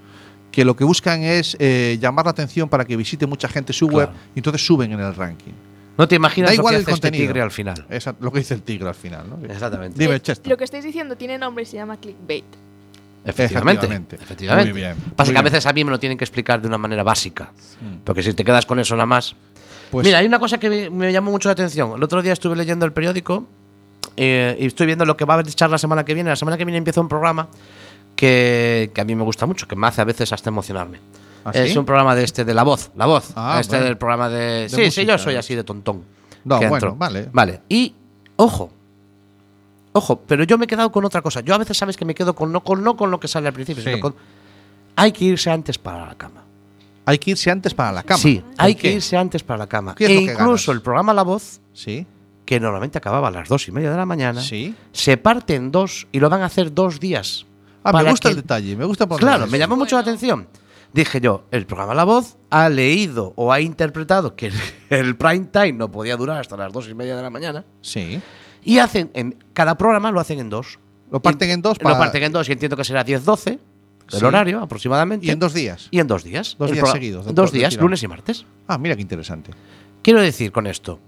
Speaker 2: que lo que buscan es eh, llamar la atención para que visite mucha gente su web
Speaker 1: Claro.
Speaker 2: y entonces suben en el ranking.
Speaker 1: No te imaginas
Speaker 2: Da
Speaker 1: lo
Speaker 2: igual
Speaker 1: que
Speaker 2: el
Speaker 1: hace este
Speaker 2: contenido.
Speaker 1: tigre al final.
Speaker 2: Esa- lo que dice el tigre al final. ¿no?
Speaker 1: Exactamente.
Speaker 2: Dime,
Speaker 3: Eh,
Speaker 2: Chester. Pues
Speaker 3: Lo que estáis diciendo tiene nombre y se llama clickbait.
Speaker 1: Efectivamente.
Speaker 2: Efectivamente.
Speaker 1: efectivamente.
Speaker 2: Muy bien,
Speaker 1: Pasa
Speaker 2: muy
Speaker 1: que a
Speaker 2: bien.
Speaker 1: veces a mí me lo tienen que explicar de una manera básica. Porque si te quedas con eso nada más.
Speaker 2: Mm. Pues-
Speaker 1: Mira, hay una cosa que me, me llamó mucho la atención. El otro día estuve leyendo el periódico eh, y estoy viendo lo que va a haber de charla la semana que viene. La semana que viene empieza un programa que, que a mí me gusta mucho, que me hace a veces hasta emocionarme.
Speaker 2: ¿Ah,
Speaker 1: Es
Speaker 2: sí?
Speaker 1: un programa de este, de La Voz. La Voz.
Speaker 2: Ah,
Speaker 1: este
Speaker 2: bueno.
Speaker 1: del programa de.
Speaker 2: De
Speaker 1: sí, sí, yo
Speaker 2: música,
Speaker 1: soy
Speaker 2: ¿eh?
Speaker 1: así de tontón.
Speaker 2: No,
Speaker 1: que
Speaker 2: bueno,
Speaker 1: entro.
Speaker 2: vale.
Speaker 1: Vale. Y, ojo. Ojo, pero yo me he quedado con otra cosa. Yo a veces sabes que me quedo con no con, no con lo que sale al principio,
Speaker 2: Sí.
Speaker 1: sino con. Hay que irse antes para la cama.
Speaker 2: Hay que irse antes para la cama.
Speaker 1: Sí,
Speaker 2: ¿Por
Speaker 1: hay
Speaker 2: qué?
Speaker 1: que irse antes para la cama.
Speaker 2: ¿Qué es
Speaker 1: E
Speaker 2: lo que
Speaker 1: incluso
Speaker 2: ganas?
Speaker 1: el programa La Voz,
Speaker 2: Sí,
Speaker 1: que normalmente acababa a las dos y media de la mañana,
Speaker 2: sí.
Speaker 1: se parte en dos y lo van a hacer dos días.
Speaker 2: Ah, me
Speaker 1: Para
Speaker 2: gusta
Speaker 1: que-
Speaker 2: el detalle, me gusta por
Speaker 1: Claro, me llamó mucho la atención. Dije yo, el programa La Voz ha leído o ha interpretado que el, el prime time no podía durar hasta las dos y media de la mañana.
Speaker 2: Sí.
Speaker 1: Y hacen, en, cada programa lo hacen en dos.
Speaker 2: Lo parten en dos
Speaker 1: Lo
Speaker 2: para-
Speaker 1: parten en dos y entiendo que será 10-12 el
Speaker 2: Sí.
Speaker 1: horario aproximadamente.
Speaker 2: Y en dos días.
Speaker 1: Y en dos días.
Speaker 2: Dos
Speaker 1: El
Speaker 2: días
Speaker 1: proga-
Speaker 2: seguidos, de-
Speaker 1: Dos
Speaker 2: de
Speaker 1: días,
Speaker 2: tirón.
Speaker 1: lunes y martes.
Speaker 2: Ah, mira qué interesante.
Speaker 1: Quiero decir con esto,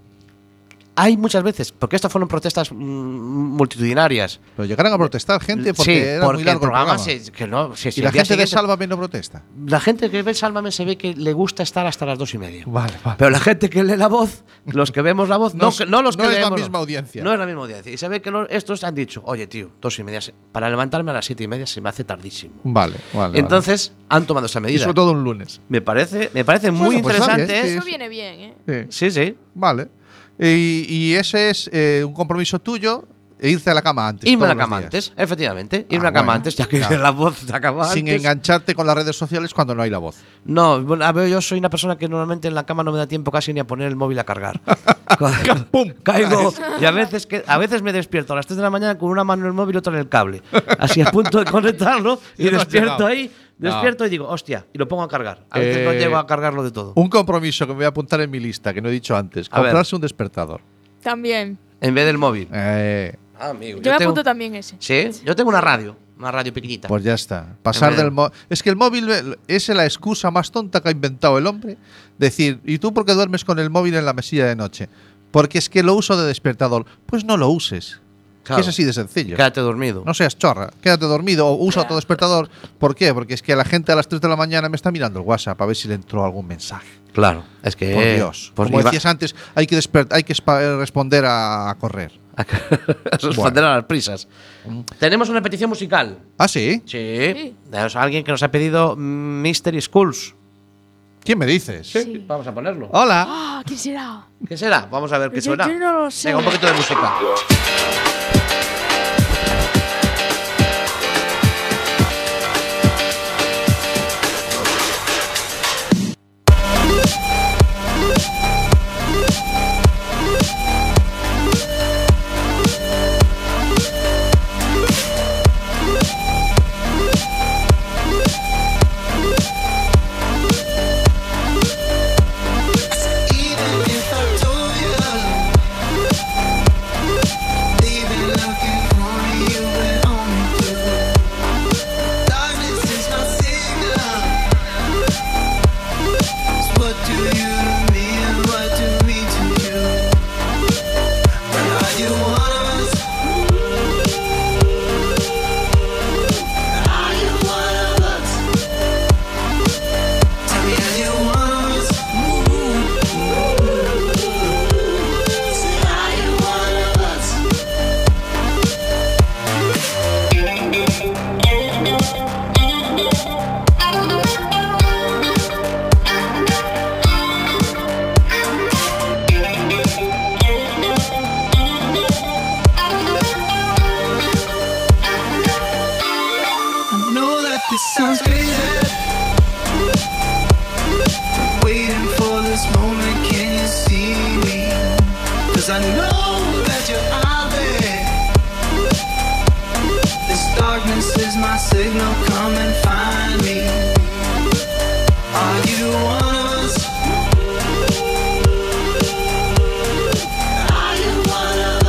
Speaker 1: hay muchas veces, porque estas fueron protestas mm, multitudinarias.
Speaker 2: Lo llegaron a protestar gente porque
Speaker 1: sí,
Speaker 2: era
Speaker 1: porque
Speaker 2: muy largo
Speaker 1: el programa,
Speaker 2: programa.
Speaker 1: se- que no, sí, sí,
Speaker 2: y
Speaker 1: el
Speaker 2: la
Speaker 1: día
Speaker 2: gente de
Speaker 1: siguiente-
Speaker 2: Sálvame no protesta.
Speaker 1: La gente que ve Sálvame se ve que le gusta estar hasta las dos y media.
Speaker 2: Vale, vale.
Speaker 1: Pero la gente que lee la voz, los que vemos la voz, no,
Speaker 2: No
Speaker 1: que-
Speaker 2: es-
Speaker 1: no los
Speaker 2: no
Speaker 1: que
Speaker 2: es la
Speaker 1: leemos,
Speaker 2: misma audiencia.
Speaker 1: No es la misma audiencia. Y se ve que lo- estos han dicho, oye tío, dos y media, se- para levantarme a las siete y media se me hace tardísimo.
Speaker 2: Vale, vale.
Speaker 1: Entonces han tomado esa
Speaker 2: vale. Y
Speaker 1: medida.
Speaker 2: sobre todo un lunes.
Speaker 1: Me parece, me parece muy
Speaker 2: Bueno, pues está bien,
Speaker 1: interesante.
Speaker 2: sí,
Speaker 1: ¿eh?
Speaker 3: Eso
Speaker 2: sí.
Speaker 3: viene bien, ¿eh?
Speaker 1: Sí,
Speaker 2: Sí.
Speaker 1: sí.
Speaker 2: Vale. Y, y ese es eh, un compromiso tuyo, e irte a la cama antes.
Speaker 1: Irme a la
Speaker 2: todos los
Speaker 1: cama
Speaker 2: días.
Speaker 1: antes, efectivamente.
Speaker 2: Ah,
Speaker 1: Irme a la cama
Speaker 2: bueno,
Speaker 1: antes, ya que
Speaker 2: claro.
Speaker 1: la voz se acaba
Speaker 2: Sin
Speaker 1: antes.
Speaker 2: engancharte con las redes sociales cuando no hay la voz.
Speaker 1: No, bueno, a ver, yo soy una persona que normalmente en la cama no me da tiempo casi ni a poner el móvil a cargar. ¡Pum! Caigo. Y a veces, que, a veces me despierto a las 3 de la mañana con una mano en el móvil y otra en el cable. Así a punto de conectarlo y
Speaker 2: Ya no has
Speaker 1: despierto
Speaker 2: llegado.
Speaker 1: ahí,
Speaker 2: No.
Speaker 1: despierto y digo, hostia, y lo pongo a cargar. A veces no
Speaker 2: Eh,
Speaker 1: llego a cargarlo de todo.
Speaker 2: Un compromiso que me voy a apuntar en mi lista, que no he dicho antes.
Speaker 1: A ver.
Speaker 2: Comprarse un despertador.
Speaker 3: También.
Speaker 1: En vez del móvil.
Speaker 2: Eh,
Speaker 1: Ah, amigo.
Speaker 3: Yo, me apunto también ese.
Speaker 1: Sí, yo tengo una radio, una radio pequeñita.
Speaker 2: Pues ya está. Pasar
Speaker 1: Hombre.
Speaker 2: del mo- es que el móvil eh, es la excusa más tonta que ha inventado el hombre. Decir, ¿y tú por qué duermes con el móvil en la mesilla de noche? Porque es que lo uso de despertador. Pues no lo uses.
Speaker 1: Claro.
Speaker 2: Que es así de sencillo.
Speaker 1: Quédate dormido.
Speaker 2: No seas chorra, quédate dormido o usa tu despertador. ¿Por qué? Porque es que la gente a las 3 de la mañana me está mirando el WhatsApp a ver si le entró algún mensaje.
Speaker 1: Claro, es que.
Speaker 2: Por Dios.
Speaker 1: pues
Speaker 2: Como
Speaker 1: iba-
Speaker 2: decías antes, hay que, desper- hay que espa- eh, responder a, a correr.
Speaker 1: responder a las prisas. Tenemos una petición musical.
Speaker 2: ¿Ah, sí?
Speaker 1: Sí. Tenemos a Alguien que nos ha pedido mm, Mystery Schools. Oh.
Speaker 2: ¿Quién me dices?
Speaker 1: Vamos a ponerlo.
Speaker 2: Hola.
Speaker 3: Ah, ¿quién será?
Speaker 1: ¿Qué será? Vamos a ver qué
Speaker 3: Yo-
Speaker 1: suena.
Speaker 3: yo no lo sé.
Speaker 1: Venga, un poquito de música.
Speaker 6: Tell me how you wanna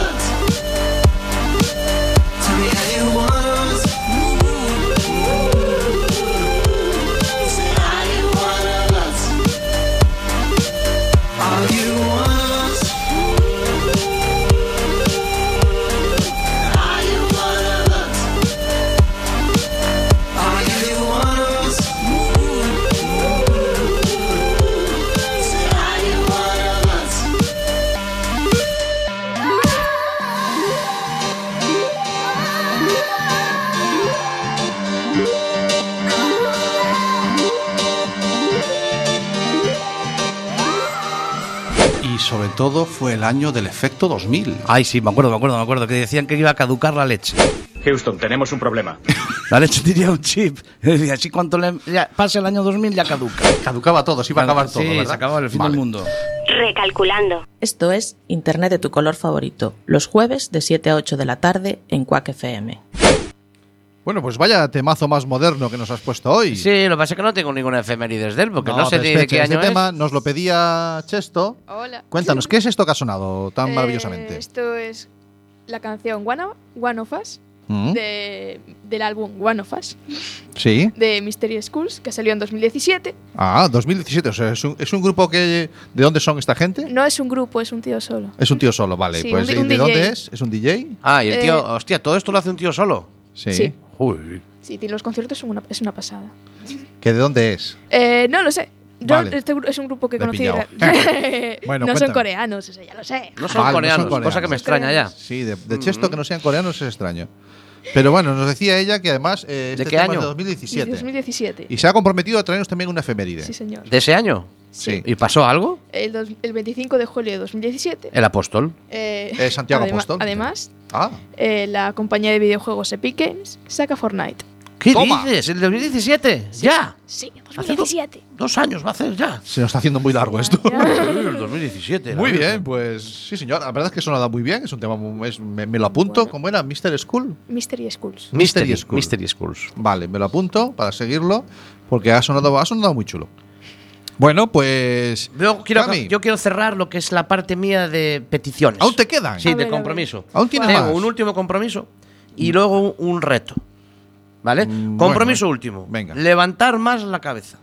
Speaker 8: todo fue el año del efecto 2000.
Speaker 1: Ay, sí, me acuerdo, me acuerdo, me acuerdo. Que decían que iba a caducar la leche.
Speaker 5: Houston, tenemos un problema.
Speaker 1: La leche tenía un chip. Decía, así cuanto le, ya pase el año 2000 ya caduca.
Speaker 8: Caducaba todo,
Speaker 1: Pues
Speaker 8: se iba a acabar todo,
Speaker 1: Sí,
Speaker 8: ¿verdad?
Speaker 1: se acababa el fin
Speaker 8: Vale.
Speaker 1: del mundo.
Speaker 9: Recalculando.
Speaker 10: Esto es Internet de tu color favorito, los jueves de 7 a 8 de la tarde en Quack FM.
Speaker 2: Bueno, pues vaya temazo más moderno que nos has puesto hoy.
Speaker 1: Sí, lo que pasa es que no tengo ninguna efemérides de él, porque no, sé
Speaker 2: pero
Speaker 1: de
Speaker 2: espera,
Speaker 1: qué
Speaker 2: este
Speaker 1: año
Speaker 2: tema nos lo pedía Chesto.
Speaker 3: Hola.
Speaker 2: Cuéntanos, ¿qué es esto que ha sonado tan
Speaker 3: Eh,
Speaker 2: maravillosamente?
Speaker 3: Esto es la canción One, of- One of Us
Speaker 2: ¿Mm?
Speaker 3: de- del álbum One of Us
Speaker 2: Sí.
Speaker 3: de Mystery Schools que salió en 2017.
Speaker 2: Ah, 2017. O sea, es un, es un grupo que. ¿De dónde son esta gente?
Speaker 3: No es un grupo, es un tío solo.
Speaker 2: Es un tío solo, vale.
Speaker 3: Sí,
Speaker 2: pues,
Speaker 3: un di-
Speaker 2: ¿y
Speaker 3: un
Speaker 2: ¿De
Speaker 3: DJ.
Speaker 2: dónde es? ¿Es un DJ?
Speaker 1: es. Ah, y el tío,
Speaker 3: Eh,
Speaker 1: hostia, todo esto lo hace un tío solo.
Speaker 2: Sí.
Speaker 3: Sí.
Speaker 1: Uy.
Speaker 3: Sí, tío, los conciertos son una, es una pasada.
Speaker 2: ¿Que de dónde es?
Speaker 3: Eh, no lo sé. Yo,
Speaker 2: Vale.
Speaker 3: este gru- es un grupo que
Speaker 2: Me he
Speaker 3: conocí.
Speaker 2: pillado. Bueno,
Speaker 3: no
Speaker 2: cuéntame.
Speaker 3: son coreanos, eso ya lo sé.
Speaker 1: No son,
Speaker 2: Vale, no
Speaker 1: coreanos,
Speaker 2: son coreanos.
Speaker 1: cosa que me extraña ya.
Speaker 2: Sí, de, de
Speaker 1: Mm.
Speaker 2: Chesto que no sean coreanos es extraño. Pero bueno, nos decía ella que además eh, este
Speaker 1: ¿De qué
Speaker 2: tema es
Speaker 1: año?
Speaker 2: de 2017.
Speaker 3: 2017.
Speaker 2: Y se ha comprometido a traernos también una efeméride.
Speaker 3: Sí, señor.
Speaker 1: ¿De ese año?
Speaker 2: Sí.
Speaker 1: ¿Y pasó algo?
Speaker 3: El, dos- el 25 de julio de 2017.
Speaker 1: El apóstol.
Speaker 3: eh,
Speaker 2: Eh, Santiago
Speaker 3: adema-
Speaker 2: Apóstol.
Speaker 3: Además,
Speaker 2: Ah,
Speaker 3: eh, la compañía de videojuegos Epic Games saca Fortnite.
Speaker 1: ¿Qué
Speaker 2: Toma.
Speaker 1: dices? ¿El 2017? ¡Ya!
Speaker 3: Sí,
Speaker 1: Hace do- dos años va a hacer ya.
Speaker 2: se nos está haciendo muy largo esto.
Speaker 1: El 2017. la
Speaker 2: Muy
Speaker 1: verdad.
Speaker 2: bien, pues sí, señor. La verdad es que sonaba muy bien. Es un tema, muy- es- me, me lo apunto. ¿Cómo era? Mr. School.
Speaker 3: Mystery Schools.
Speaker 1: Mystery,
Speaker 2: Mystery School.
Speaker 1: Mystery Schools.
Speaker 2: Vale, me lo apunto para seguirlo porque ha sonado, ha sonado muy chulo. Bueno, pues.
Speaker 1: Yo quiero,
Speaker 2: Cami,
Speaker 1: yo quiero cerrar lo que es la parte mía de peticiones.
Speaker 2: ¿Aún te quedan?
Speaker 1: Sí,
Speaker 3: A ver, a
Speaker 1: de
Speaker 3: ver.
Speaker 1: compromiso.
Speaker 2: ¿Aún tienes
Speaker 1: Tengo
Speaker 2: más?
Speaker 1: un último compromiso y luego un, un reto. ¿Vale?
Speaker 2: Mm,
Speaker 1: compromiso
Speaker 2: bueno,
Speaker 1: último.
Speaker 2: venga.
Speaker 1: Levantar más la cabeza.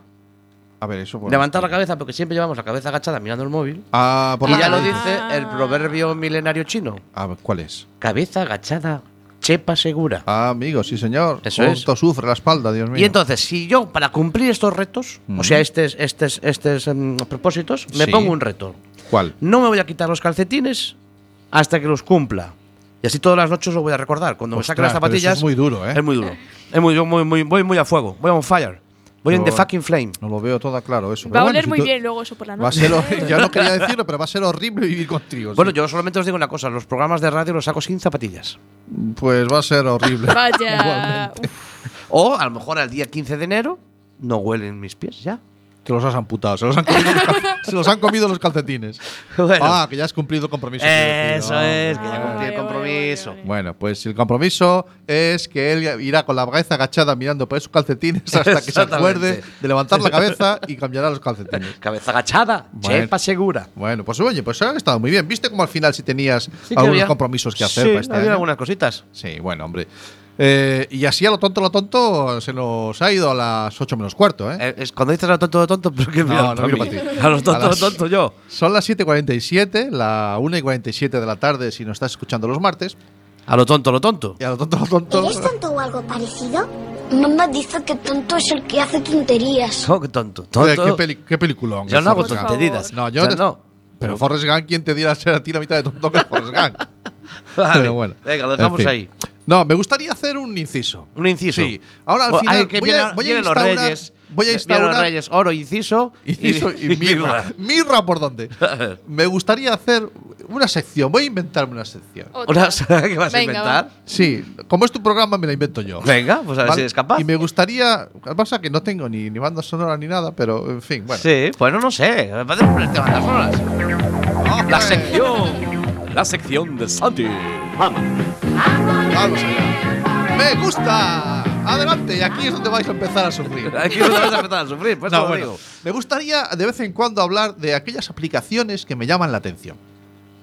Speaker 2: A ver, eso. por-
Speaker 1: Levantar la cabeza porque siempre llevamos la cabeza agachada mirando el móvil.
Speaker 2: Ah, por
Speaker 1: y
Speaker 2: la
Speaker 1: ya lo
Speaker 2: calle.
Speaker 1: dice el proverbio milenario chino.
Speaker 2: Ah, ¿Cuál es?
Speaker 1: Cabeza agachada, chepa segura.
Speaker 2: Ah, amigo, sí, señor.
Speaker 1: Eso
Speaker 2: Cuánto sufre la espalda, Dios mío.
Speaker 1: Y entonces, si yo para cumplir estos retos,
Speaker 2: Mm.
Speaker 1: o sea, estos, estos, estos em, propósitos, me
Speaker 2: Sí.
Speaker 1: pongo un reto.
Speaker 2: ¿Cuál?
Speaker 1: No me voy a quitar los calcetines hasta que los cumpla. Y así todas las noches lo voy a recordar. Cuando me saquen las
Speaker 2: Ostras, pero eso
Speaker 1: zapatillas.
Speaker 2: es muy duro, ¿eh?
Speaker 1: Es muy duro. Es muy, yo muy, muy- voy muy a fuego. Voy on fire. Voy en
Speaker 2: Yo-
Speaker 1: the fucking flame.
Speaker 2: No lo veo todo claro eso.
Speaker 3: Va
Speaker 2: Pero
Speaker 3: a
Speaker 2: bueno,
Speaker 3: oler
Speaker 2: si
Speaker 3: muy
Speaker 2: tú-
Speaker 3: bien luego eso por la noche.
Speaker 2: Va a ser, hor- ya no quería decirlo, pero va a ser horrible vivir contigo. sí.
Speaker 1: Bueno, yo solamente os digo una cosa: los programas de radio los saco sin zapatillas.
Speaker 2: Pues va a ser horrible.
Speaker 3: Vaya. Uf,
Speaker 1: O a lo mejor al día 15 de enero no huelen mis pies ya.
Speaker 2: Te los has amputado, se los han comido los, cal- se los han comido los calcetines.
Speaker 1: Bueno.
Speaker 2: Ah, que ya has cumplido el compromiso. quiero
Speaker 1: Eso
Speaker 2: decir,
Speaker 1: es, que ya cumplí
Speaker 3: Ah,
Speaker 1: el
Speaker 3: vale, vale,
Speaker 1: compromiso.
Speaker 3: vale,
Speaker 2: ah. Bueno, pues el compromiso es que él irá con la cabeza agachada mirando por esos calcetines hasta que se
Speaker 1: Exactamente.
Speaker 2: acuerde de levantar la cabeza y cambiará los calcetines.
Speaker 1: Cabeza agachada,
Speaker 2: Bueno.
Speaker 1: chepa segura.
Speaker 2: Bueno, pues oye, pues ha estado muy bien. ¿Viste cómo al final si tenías
Speaker 1: Sí que
Speaker 2: algunos
Speaker 1: había-
Speaker 2: compromisos que hacer
Speaker 1: sí,
Speaker 2: para este
Speaker 1: había
Speaker 2: año?
Speaker 1: algunas cositas.
Speaker 2: Sí, bueno, hombre. Eh, y así a lo tonto, a lo tonto, se nos ha ido a las 8 menos cuarto, ¿eh?
Speaker 1: Eh, es cuando dices a lo tonto, lo tonto, pero que
Speaker 2: No,
Speaker 1: mira,
Speaker 2: no miro
Speaker 1: a, mí.
Speaker 2: para ti.
Speaker 1: a los
Speaker 2: A
Speaker 1: tontos,
Speaker 2: las-
Speaker 1: lo tonto yo.
Speaker 2: Son las 7.47, la 1 y 47 de la tarde si nos estás escuchando los martes.
Speaker 1: A lo tonto, lo tonto.
Speaker 2: Y a lo tonto, a lo tonto.
Speaker 11: ¿Eres tonto o algo parecido? Mamá dice que tonto es el que hace tonterías.
Speaker 1: Oh, qué tonto.
Speaker 2: Joder,
Speaker 1: tonto.
Speaker 2: qué, peli- qué peliculón.
Speaker 1: yo
Speaker 2: es
Speaker 1: no hago
Speaker 2: Forrest Gump.
Speaker 1: tonterías.
Speaker 2: No, yo
Speaker 1: O sea,
Speaker 2: te-
Speaker 1: no.
Speaker 2: Pero Forrest Gump, ¿quién te diera a ser a ti la mitad de tonto que Forrest Gump?
Speaker 1: Vale,
Speaker 2: Pero bueno.
Speaker 1: Venga, lo
Speaker 2: En
Speaker 1: dejamos
Speaker 2: fin.
Speaker 1: ahí.
Speaker 2: No, me gustaría hacer un inciso.
Speaker 1: Un inciso.
Speaker 2: Sí. Ahora al
Speaker 1: Oh,
Speaker 2: final
Speaker 1: ay, que
Speaker 2: voy, a,
Speaker 1: vienen-
Speaker 2: voy a
Speaker 1: vienen los
Speaker 2: instaurar-
Speaker 1: reyes.
Speaker 2: voy a
Speaker 1: Vienen los
Speaker 2: instaurar
Speaker 1: reyes, oro, inciso.
Speaker 2: Inciso y mirra. Mirra por dónde. Me gustaría hacer una sección. Voy a inventarme una sección.
Speaker 3: otra.
Speaker 1: Una saga que vas a
Speaker 3: Venga,
Speaker 1: inventar.
Speaker 3: va.
Speaker 2: Sí, como es tu programa, me la invento yo.
Speaker 1: Venga, pues a ver
Speaker 2: ¿Vale?
Speaker 1: si es capaz.
Speaker 2: Y me gustaría. Lo que pasa es que no tengo ni, ni banda sonora ni nada, pero en fin, bueno.
Speaker 1: Sí, bueno, no sé. Me parece un tema de las horas.
Speaker 2: ¡Hombre!
Speaker 7: sección. La sección de Santi.
Speaker 2: Vamos allá. ¡Me gusta! Adelante, y aquí es donde vais a empezar a sufrir.
Speaker 1: Aquí no te vas a empezar a sufrir, pues
Speaker 2: No,
Speaker 1: te lo
Speaker 2: bueno,
Speaker 1: digo.
Speaker 2: me gustaría de vez en cuando hablar de aquellas aplicaciones que me llaman la atención.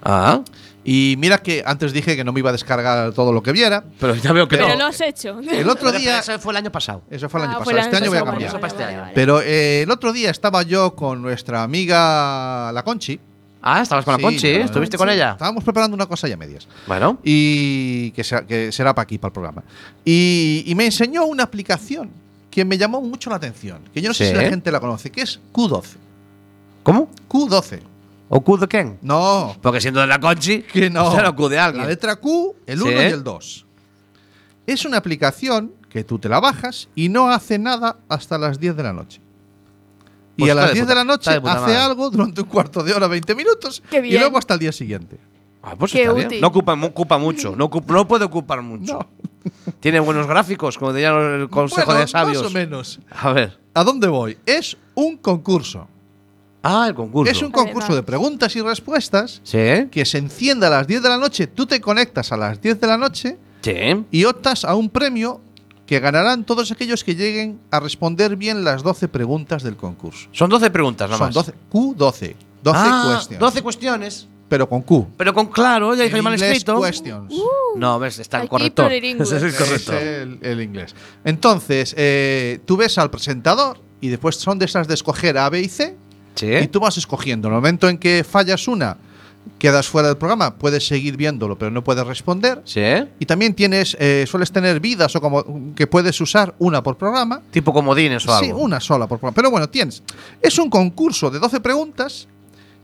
Speaker 1: Ah,
Speaker 2: Y mira que antes dije que no me iba a descargar todo lo que viera.
Speaker 1: pero ya veo que
Speaker 3: Pero
Speaker 1: no.
Speaker 3: lo has hecho.
Speaker 2: El otro
Speaker 1: Pero
Speaker 2: día.
Speaker 1: Eso fue el año pasado.
Speaker 2: Eso fue el año
Speaker 3: Ah,
Speaker 2: pasado.
Speaker 3: fue el
Speaker 2: Este año voy a
Speaker 3: pasado,
Speaker 2: cambiar.
Speaker 1: Eso para este
Speaker 3: vale,
Speaker 1: año.
Speaker 3: vale.
Speaker 2: Pero eh, el otro día estaba yo con nuestra amiga La Conchi.
Speaker 1: Ah, estabas con
Speaker 2: Sí,
Speaker 1: la Conchi,
Speaker 2: con
Speaker 1: ¿eh?
Speaker 2: la
Speaker 1: ¿estuviste con ella?
Speaker 2: Estábamos preparando una cosa ya medias.
Speaker 1: Bueno.
Speaker 2: Y que, se- que será para aquí, para el programa. Y, y me enseñó una aplicación que me llamó mucho la atención. Que yo no sé
Speaker 1: Sí.
Speaker 2: si la gente la conoce, que es Q12.
Speaker 1: ¿Cómo?
Speaker 2: Q12.
Speaker 1: ¿O Q de quién?
Speaker 2: No,
Speaker 1: Porque siendo de la Conchi,
Speaker 2: que no.
Speaker 1: será Q de
Speaker 2: La
Speaker 1: alguien.
Speaker 2: letra Q, el 1
Speaker 1: Sí.
Speaker 2: y el 2. Es una aplicación que tú te la bajas y no hace nada hasta las 10 de la noche. y
Speaker 1: Pues
Speaker 2: a
Speaker 1: está
Speaker 2: las
Speaker 1: de
Speaker 2: 10 de
Speaker 1: puta-
Speaker 2: la noche
Speaker 1: está de puta
Speaker 2: hace
Speaker 1: madre.
Speaker 2: algo durante un cuarto de hora, 20 minutos
Speaker 3: Qué
Speaker 2: y
Speaker 3: bien.
Speaker 2: luego hasta el día siguiente.
Speaker 1: Ah, pues
Speaker 3: Qué
Speaker 1: está bien.
Speaker 3: útil.
Speaker 1: No ocupa, mu- ocupa mucho, no, ocu- no puede ocupar mucho. Tiene buenos gráficos, como diría el Consejo
Speaker 2: Bueno,
Speaker 1: de Sabios.
Speaker 2: Más o menos.
Speaker 1: A ver.
Speaker 2: ¿A dónde voy? Es un concurso.
Speaker 1: Ah, el concurso.
Speaker 2: Es un concurso de preguntas y respuestas
Speaker 1: Sí,
Speaker 2: que se enciende a las 10 de la noche. Tú te conectas a las 10 de la noche
Speaker 1: sí.
Speaker 2: y optas a un premio que ganarán todos aquellos que lleguen a responder bien las 12 preguntas del concurso.
Speaker 1: Son 12 preguntas, nada
Speaker 2: Son
Speaker 1: más.
Speaker 2: 12, Q12. 12
Speaker 1: Ah,
Speaker 2: questions.
Speaker 1: 12 cuestiones.
Speaker 2: Pero con Q.
Speaker 1: Pero con claro, ya dije
Speaker 2: En
Speaker 1: mal
Speaker 2: inglés,
Speaker 1: escrito. Uh.
Speaker 2: questions.
Speaker 1: No, ves, está el
Speaker 3: Aquí
Speaker 1: corrector.
Speaker 3: plurilingüe.
Speaker 1: Ese es el corrector.
Speaker 2: Es el, el inglés. Entonces, eh, tú ves al presentador y después son de esas de escoger A, B y C. Y
Speaker 1: Sí.
Speaker 2: tú vas escogiendo. En el momento en que fallas una, quedas fuera del programa, puedes seguir viéndolo, pero no puedes responder.
Speaker 1: Sí.
Speaker 2: Y también tienes, eh, sueles tener vidas o como que puedes usar una por programa.
Speaker 1: Tipo comodines o algo.
Speaker 2: Sí, una sola por programa. Pero bueno, tienes. Es un concurso de 12 preguntas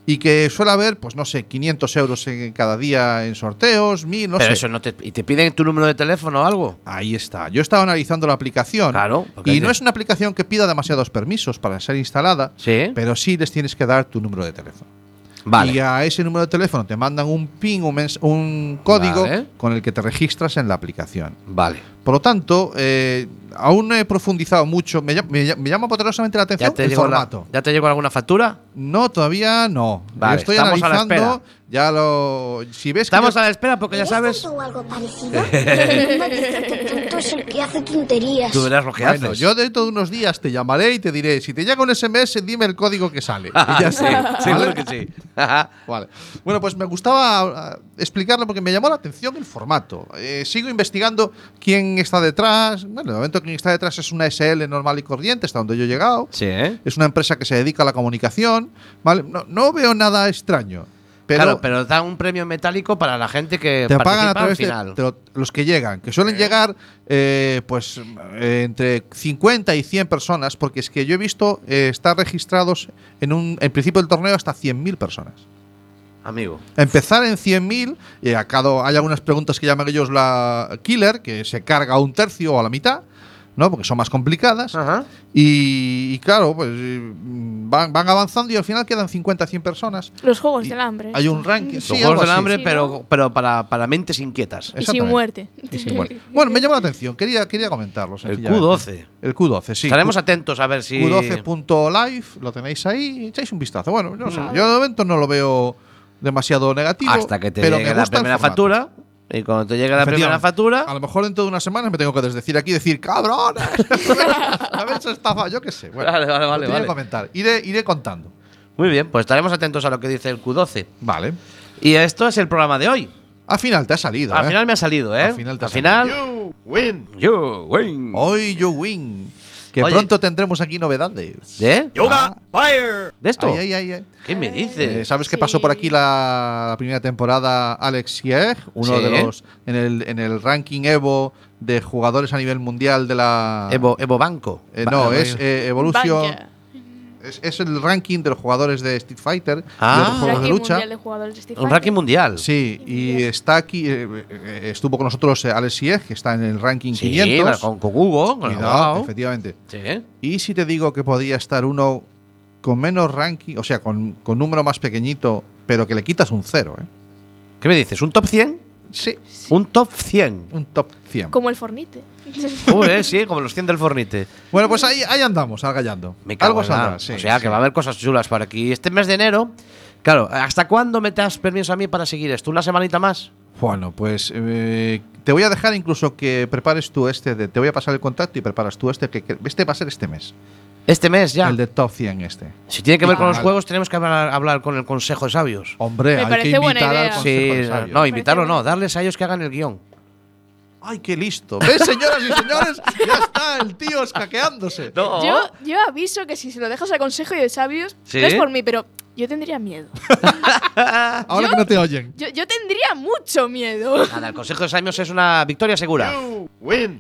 Speaker 2: y que suele haber, pues no sé, 500 euros en cada día en sorteos, 1000, no
Speaker 1: Pero
Speaker 2: sé.
Speaker 1: eso no te. ¿Y te piden tu número de teléfono o algo?
Speaker 2: Ahí está. Yo estaba analizando la aplicación.
Speaker 1: Claro. porque
Speaker 2: Y
Speaker 1: hay
Speaker 2: no
Speaker 1: de-
Speaker 2: es una aplicación que pida demasiados permisos para ser instalada,
Speaker 1: Sí.
Speaker 2: pero sí les tienes que dar tu número de teléfono.
Speaker 1: Vale.
Speaker 2: Y a ese número de teléfono te mandan un PIN, un, mens- un código
Speaker 1: Vale.
Speaker 2: con el que te registras en la aplicación.
Speaker 1: Vale.
Speaker 2: Por lo tanto, eh, aún no he profundizado mucho. Me, ll- me ll- me llama poderosamente la atención
Speaker 1: ¿Ya te,
Speaker 2: el
Speaker 1: llegó la-
Speaker 2: formato.
Speaker 1: ¿Ya te llegó alguna factura?
Speaker 2: No, todavía no.
Speaker 1: Vale,
Speaker 2: Yo estoy
Speaker 1: estamos a la
Speaker 2: analizando.
Speaker 1: espera.
Speaker 2: Ya lo. Si ves que
Speaker 1: Estamos
Speaker 2: yo-
Speaker 1: a la espera porque ya
Speaker 11: ¿Eres
Speaker 1: sabes.
Speaker 11: tonto o algo parecido? Mamá dice que tonto es el que hace tonterías.
Speaker 1: Tú verás lo que
Speaker 2: Bueno,
Speaker 1: haces.
Speaker 2: yo dentro de unos días te llamaré y te diré, si te llega un SMS, dime el código que sale. Y ya
Speaker 1: sí,
Speaker 2: sé.
Speaker 1: seguro
Speaker 2: ¿vale?
Speaker 1: que sí. Ajá.
Speaker 2: Vale. Bueno, pues me gustaba ah, explicarlo porque me llamó la atención el formato. Eh, sigo investigando quién está detrás. Bueno, de momento quien está detrás es una SL normal y corriente, hasta donde yo he llegado.
Speaker 1: sí, ¿eh?
Speaker 2: Es una empresa que se dedica a la comunicación. ¿vale? No, no veo nada extraño. Pero,
Speaker 1: claro, pero dan un premio metálico para la gente que
Speaker 2: te
Speaker 1: participa
Speaker 2: pagan a
Speaker 1: al
Speaker 2: través de
Speaker 1: final.
Speaker 2: te lo- los que llegan, que suelen llegar eh, pues eh, entre 50 y 100 personas, porque es que yo he visto eh, estar registrados en un en principio del torneo hasta 100.000 personas.
Speaker 1: Amigo.
Speaker 2: Empezar en 100.000, y a cada, hay algunas preguntas que llaman ellos la killer, que se carga a un tercio o a la mitad, ¿no? porque son más complicadas.
Speaker 1: Ajá.
Speaker 2: Y, y claro, pues eh, van, van avanzando y al final quedan 50 100 personas.
Speaker 3: Los juegos
Speaker 2: Y
Speaker 3: del hambre.
Speaker 2: hay un ranking.
Speaker 1: Los
Speaker 2: Sí,
Speaker 1: Juegos
Speaker 2: algo
Speaker 1: del
Speaker 2: así.
Speaker 1: Hambre,
Speaker 3: Sí,
Speaker 1: pero,
Speaker 3: ¿no?
Speaker 1: pero para, para mentes inquietas.
Speaker 3: Y sin
Speaker 2: Exactamente.
Speaker 3: muerte.
Speaker 2: Y sin muerte. Bueno, me llamó la atención, quería, quería comentarlo.
Speaker 1: El
Speaker 2: sencillamente.
Speaker 1: Q12.
Speaker 2: El Q12, sí.
Speaker 1: Estaremos
Speaker 2: Q-
Speaker 1: atentos a ver si.
Speaker 2: Q12.live, lo tenéis ahí, echáis un vistazo. Bueno, yo, no sé, yo de momento no lo veo demasiado negativo.
Speaker 1: Hasta que te
Speaker 2: pero
Speaker 1: llegue
Speaker 2: me
Speaker 1: la
Speaker 2: gusta el
Speaker 1: primera
Speaker 2: formato.
Speaker 1: factura. Y cuando te llegue la primera
Speaker 2: Efectivamente.
Speaker 1: factura.
Speaker 2: A lo mejor dentro de unas semanas me tengo que desdecir aquí y decir, cabrón, habéis estafado, yo qué sé. Bueno,
Speaker 1: Vale, vale,
Speaker 2: lo
Speaker 1: vale,
Speaker 2: tenía
Speaker 1: vale.
Speaker 2: que comentar. Iré, iré contando.
Speaker 1: Muy bien, pues estaremos atentos a lo que dice el Q12.
Speaker 2: Vale.
Speaker 1: Y esto es el programa de hoy.
Speaker 2: Al final te ha salido.
Speaker 1: Al
Speaker 2: ¿eh?
Speaker 1: final me ha salido, ¿eh?
Speaker 2: Al final te ha Oh.
Speaker 1: You win. You win.
Speaker 2: Hoy yo win. Que
Speaker 1: Oye.
Speaker 2: pronto tendremos aquí novedades.
Speaker 1: ¿De?
Speaker 6: fire.
Speaker 1: ¿De esto?
Speaker 2: Ay, ay, ay, ay.
Speaker 1: ¿Qué me
Speaker 2: Eh,
Speaker 1: dices?
Speaker 2: ¿Sabes que pasó por aquí la primera temporada Alex Sieg? Uno
Speaker 1: Sí.
Speaker 2: de los. En el, en el ranking Evo de jugadores a nivel mundial de la.
Speaker 1: Evo, Evo Banco.
Speaker 2: Eh,
Speaker 1: Ba-
Speaker 2: no, es eh, Evolution.
Speaker 3: Bankia.
Speaker 2: Es, es el ranking de los jugadores de Street Fighter.
Speaker 1: Ah.
Speaker 2: Y otros juegos de
Speaker 3: Ranking
Speaker 2: lucha.
Speaker 3: mundial de jugadores de Street
Speaker 1: Un ranking
Speaker 3: Fighter.
Speaker 1: mundial.
Speaker 2: eh, Sí, y está aquí. eh, eh, estuvo con nosotros eh, Alex Sieg, que está en el ranking
Speaker 1: Sí,
Speaker 2: 500.
Speaker 1: con, con Hugo, con el
Speaker 2: Cuidado,
Speaker 1: abogado.
Speaker 2: efectivamente.
Speaker 1: Sí.
Speaker 2: Y si te digo que podía estar uno con menos ranking, o sea, con, con número más pequeñito, pero que le quitas un cero, ¿eh?
Speaker 1: ¿Qué me dices? ¿Un top 100?
Speaker 2: Sí.
Speaker 1: Un top 100.
Speaker 2: Un top 100.
Speaker 3: Como el Fornite.
Speaker 1: Joder, sí, como los 100 del Fornite.
Speaker 2: Bueno, pues ahí, ahí andamos, agallando.
Speaker 1: Me cago
Speaker 2: Algo
Speaker 1: en la-
Speaker 2: saldrá, sí,
Speaker 1: O sea,
Speaker 2: sí.
Speaker 1: que va a haber cosas chulas por aquí. Este mes de enero, claro, ¿hasta cuándo me das permiso a mí para seguir esto? ¿Una semanita más?
Speaker 2: Bueno, pues eh, te voy a dejar incluso que prepares tú este, de- te voy a pasar el contacto y preparas tú este, que, que este va a ser este mes.
Speaker 1: Este mes ya.
Speaker 2: El de top 100 este.
Speaker 1: Si tiene que ver con los
Speaker 2: Ah.
Speaker 1: juegos, tenemos que hablar, hablar con el Consejo de Sabios.
Speaker 2: Hombre,
Speaker 3: Me
Speaker 2: hay que
Speaker 3: parece buena
Speaker 2: invitar al
Speaker 3: idea.
Speaker 2: Consejo
Speaker 1: Sí,
Speaker 2: de Sabios.
Speaker 1: no, invitarlo
Speaker 3: Parece
Speaker 1: no, darles a ellos que hagan el guión.
Speaker 2: Ay, qué listo. ¿Ves, ¿Eh, señoras y señores? ya está el tío escaqueándose.
Speaker 1: No.
Speaker 3: Yo, yo aviso que si se lo dejas al consejo y de sabios,
Speaker 1: Sí.
Speaker 3: no es por mí, pero yo tendría miedo.
Speaker 2: Ahora que no te oyen.
Speaker 3: Yo, yo tendría mucho miedo.
Speaker 1: Nada, el Consejo de Saimios es una victoria segura.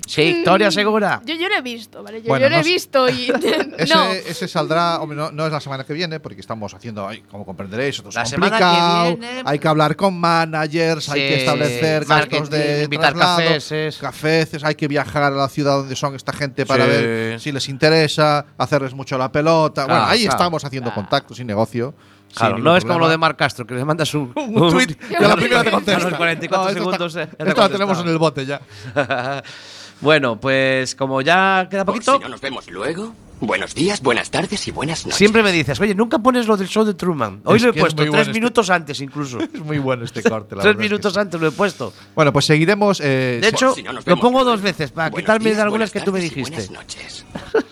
Speaker 1: Sí, victoria
Speaker 3: Mm,
Speaker 1: segura.
Speaker 3: Yo, yo lo he visto, ¿vale? Yo,
Speaker 2: Bueno,
Speaker 3: yo lo
Speaker 2: no
Speaker 3: he
Speaker 2: sé.
Speaker 3: visto y.
Speaker 2: Ese,
Speaker 3: no.
Speaker 2: ese saldrá, hombre, no, no es la semana que viene, porque estamos haciendo, ay, como comprenderéis, otro es
Speaker 1: La semana que
Speaker 2: complicado,
Speaker 1: viene-
Speaker 2: Hay que hablar con managers, hay que
Speaker 1: Sí,
Speaker 2: establecer gastos de
Speaker 1: marketing, invitar
Speaker 2: traslado,
Speaker 1: cafés.
Speaker 2: cafés, hay que viajar a la ciudad donde son esta gente para
Speaker 1: Sí.
Speaker 2: ver si les interesa, hacerles mucho la pelota.
Speaker 1: Claro,
Speaker 2: bueno, ahí
Speaker 1: Ah, claro,
Speaker 2: estamos haciendo contactos y negocio. sin
Speaker 1: Claro, no
Speaker 2: ningún
Speaker 1: es como
Speaker 2: problema.
Speaker 1: lo de Marc Castro, que le mandas un,
Speaker 2: Un tuit y a la primera te contesta.
Speaker 1: A los 44
Speaker 2: No, esto está-
Speaker 1: segundos. eh, ya te
Speaker 2: esto la tenemos
Speaker 1: contestaba.
Speaker 2: en el bote ya.
Speaker 1: bueno, pues como ya queda poquito.
Speaker 12: Si no nos vemos luego. Buenos días, buenas tardes y buenas noches.
Speaker 1: Siempre me dices, oye, nunca pones lo del show de Truman. Hoy
Speaker 2: Es
Speaker 1: lo he
Speaker 2: que es
Speaker 1: puesto
Speaker 2: muy
Speaker 1: tres
Speaker 2: bueno este-
Speaker 1: minutos antes incluso.
Speaker 2: Es muy bueno este corte, la
Speaker 1: tres
Speaker 2: verdad es que
Speaker 1: minutos antes lo he puesto.
Speaker 2: Bueno, pues seguiremos. eh,
Speaker 1: De hecho,
Speaker 2: si-
Speaker 1: lo pongo dos veces para quitarme de algunas que tú me dijiste.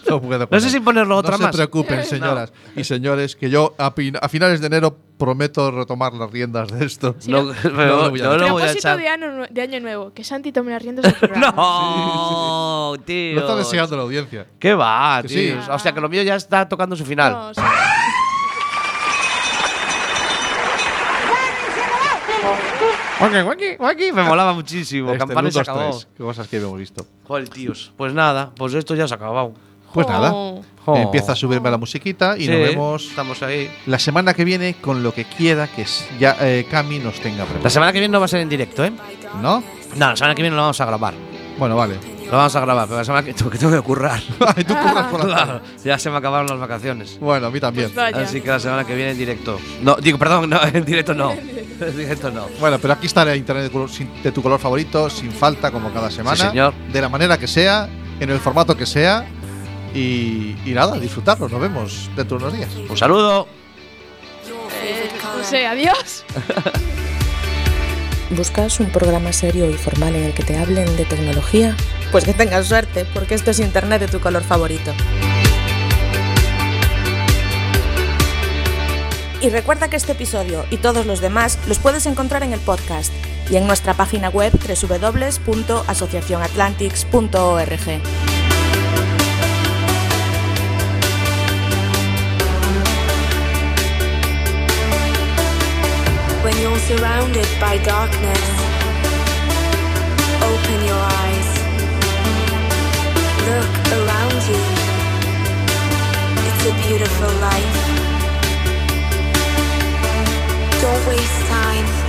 Speaker 2: No, puedo
Speaker 1: No sé
Speaker 2: poner.
Speaker 1: si ponerlo otra
Speaker 2: No
Speaker 1: más.
Speaker 2: se preocupen, señoras y señores, que yo a, pin- a finales de enero prometo retomar las riendas de esto.
Speaker 1: no, pero- no lo voy a
Speaker 3: Propósito
Speaker 1: echar.
Speaker 3: de año, nue- de año nuevo, que Santi tome las riendas del programa.
Speaker 1: No, Oh, tío.
Speaker 2: Lo está deseando la audiencia.
Speaker 1: ¿Qué va,
Speaker 2: Que
Speaker 1: tío?
Speaker 2: sí.
Speaker 1: O sea, que lo mío ya está tocando su final. Guaki, guaki, guaki, Me molaba muchísimo.
Speaker 2: Este,
Speaker 1: Campana y se
Speaker 2: un, dos,
Speaker 1: acabó.
Speaker 2: tres. Qué cosas que habíamos visto.
Speaker 1: Joder, tíos. Pues nada, pues esto ya se ha acabado.
Speaker 2: Pues nada,
Speaker 1: Jo.
Speaker 2: empieza a subirme la musiquita y
Speaker 1: Sí,
Speaker 2: nos vemos
Speaker 1: Estamos ahí.
Speaker 2: la semana que viene con lo que quiera que s- ya eh, Cami nos tenga preparado.
Speaker 1: La semana que viene no va a ser en directo, ¿eh?
Speaker 2: ¿No?
Speaker 1: No, la semana que viene lo vamos a grabar.
Speaker 2: Bueno, vale.
Speaker 1: Lo vamos a grabar, pero la semana que, que tengo que currar.
Speaker 2: Ay, tú curras por la
Speaker 1: Claro, ya se me acabaron las vacaciones.
Speaker 2: Bueno, a mí también.
Speaker 3: Pues vaya.
Speaker 1: Así que la semana que viene en directo. No, digo, perdón, no, en directo no. En directo no.
Speaker 2: Bueno, pero aquí estará internet de, color- sin- de tu color favorito, sin falta, como cada semana.
Speaker 1: señor.
Speaker 2: De la manera que sea, en el formato que sea. Y, y nada, disfrutarlo. Nos vemos dentro de unos días.
Speaker 1: Un saludo.
Speaker 3: Eh, no sé, adiós.
Speaker 10: ¿Buscas un programa serio y formal en el que te hablen de tecnología? Pues que tengas suerte, porque esto es Internet de tu color favorito. Y recuerda que este episodio y todos los demás los puedes encontrar en el podcast y en nuestra página web www.asociacionatlantics.org.
Speaker 9: When you're surrounded by darkness, open your eyes. Look around you. It's a beautiful life. Don't waste time.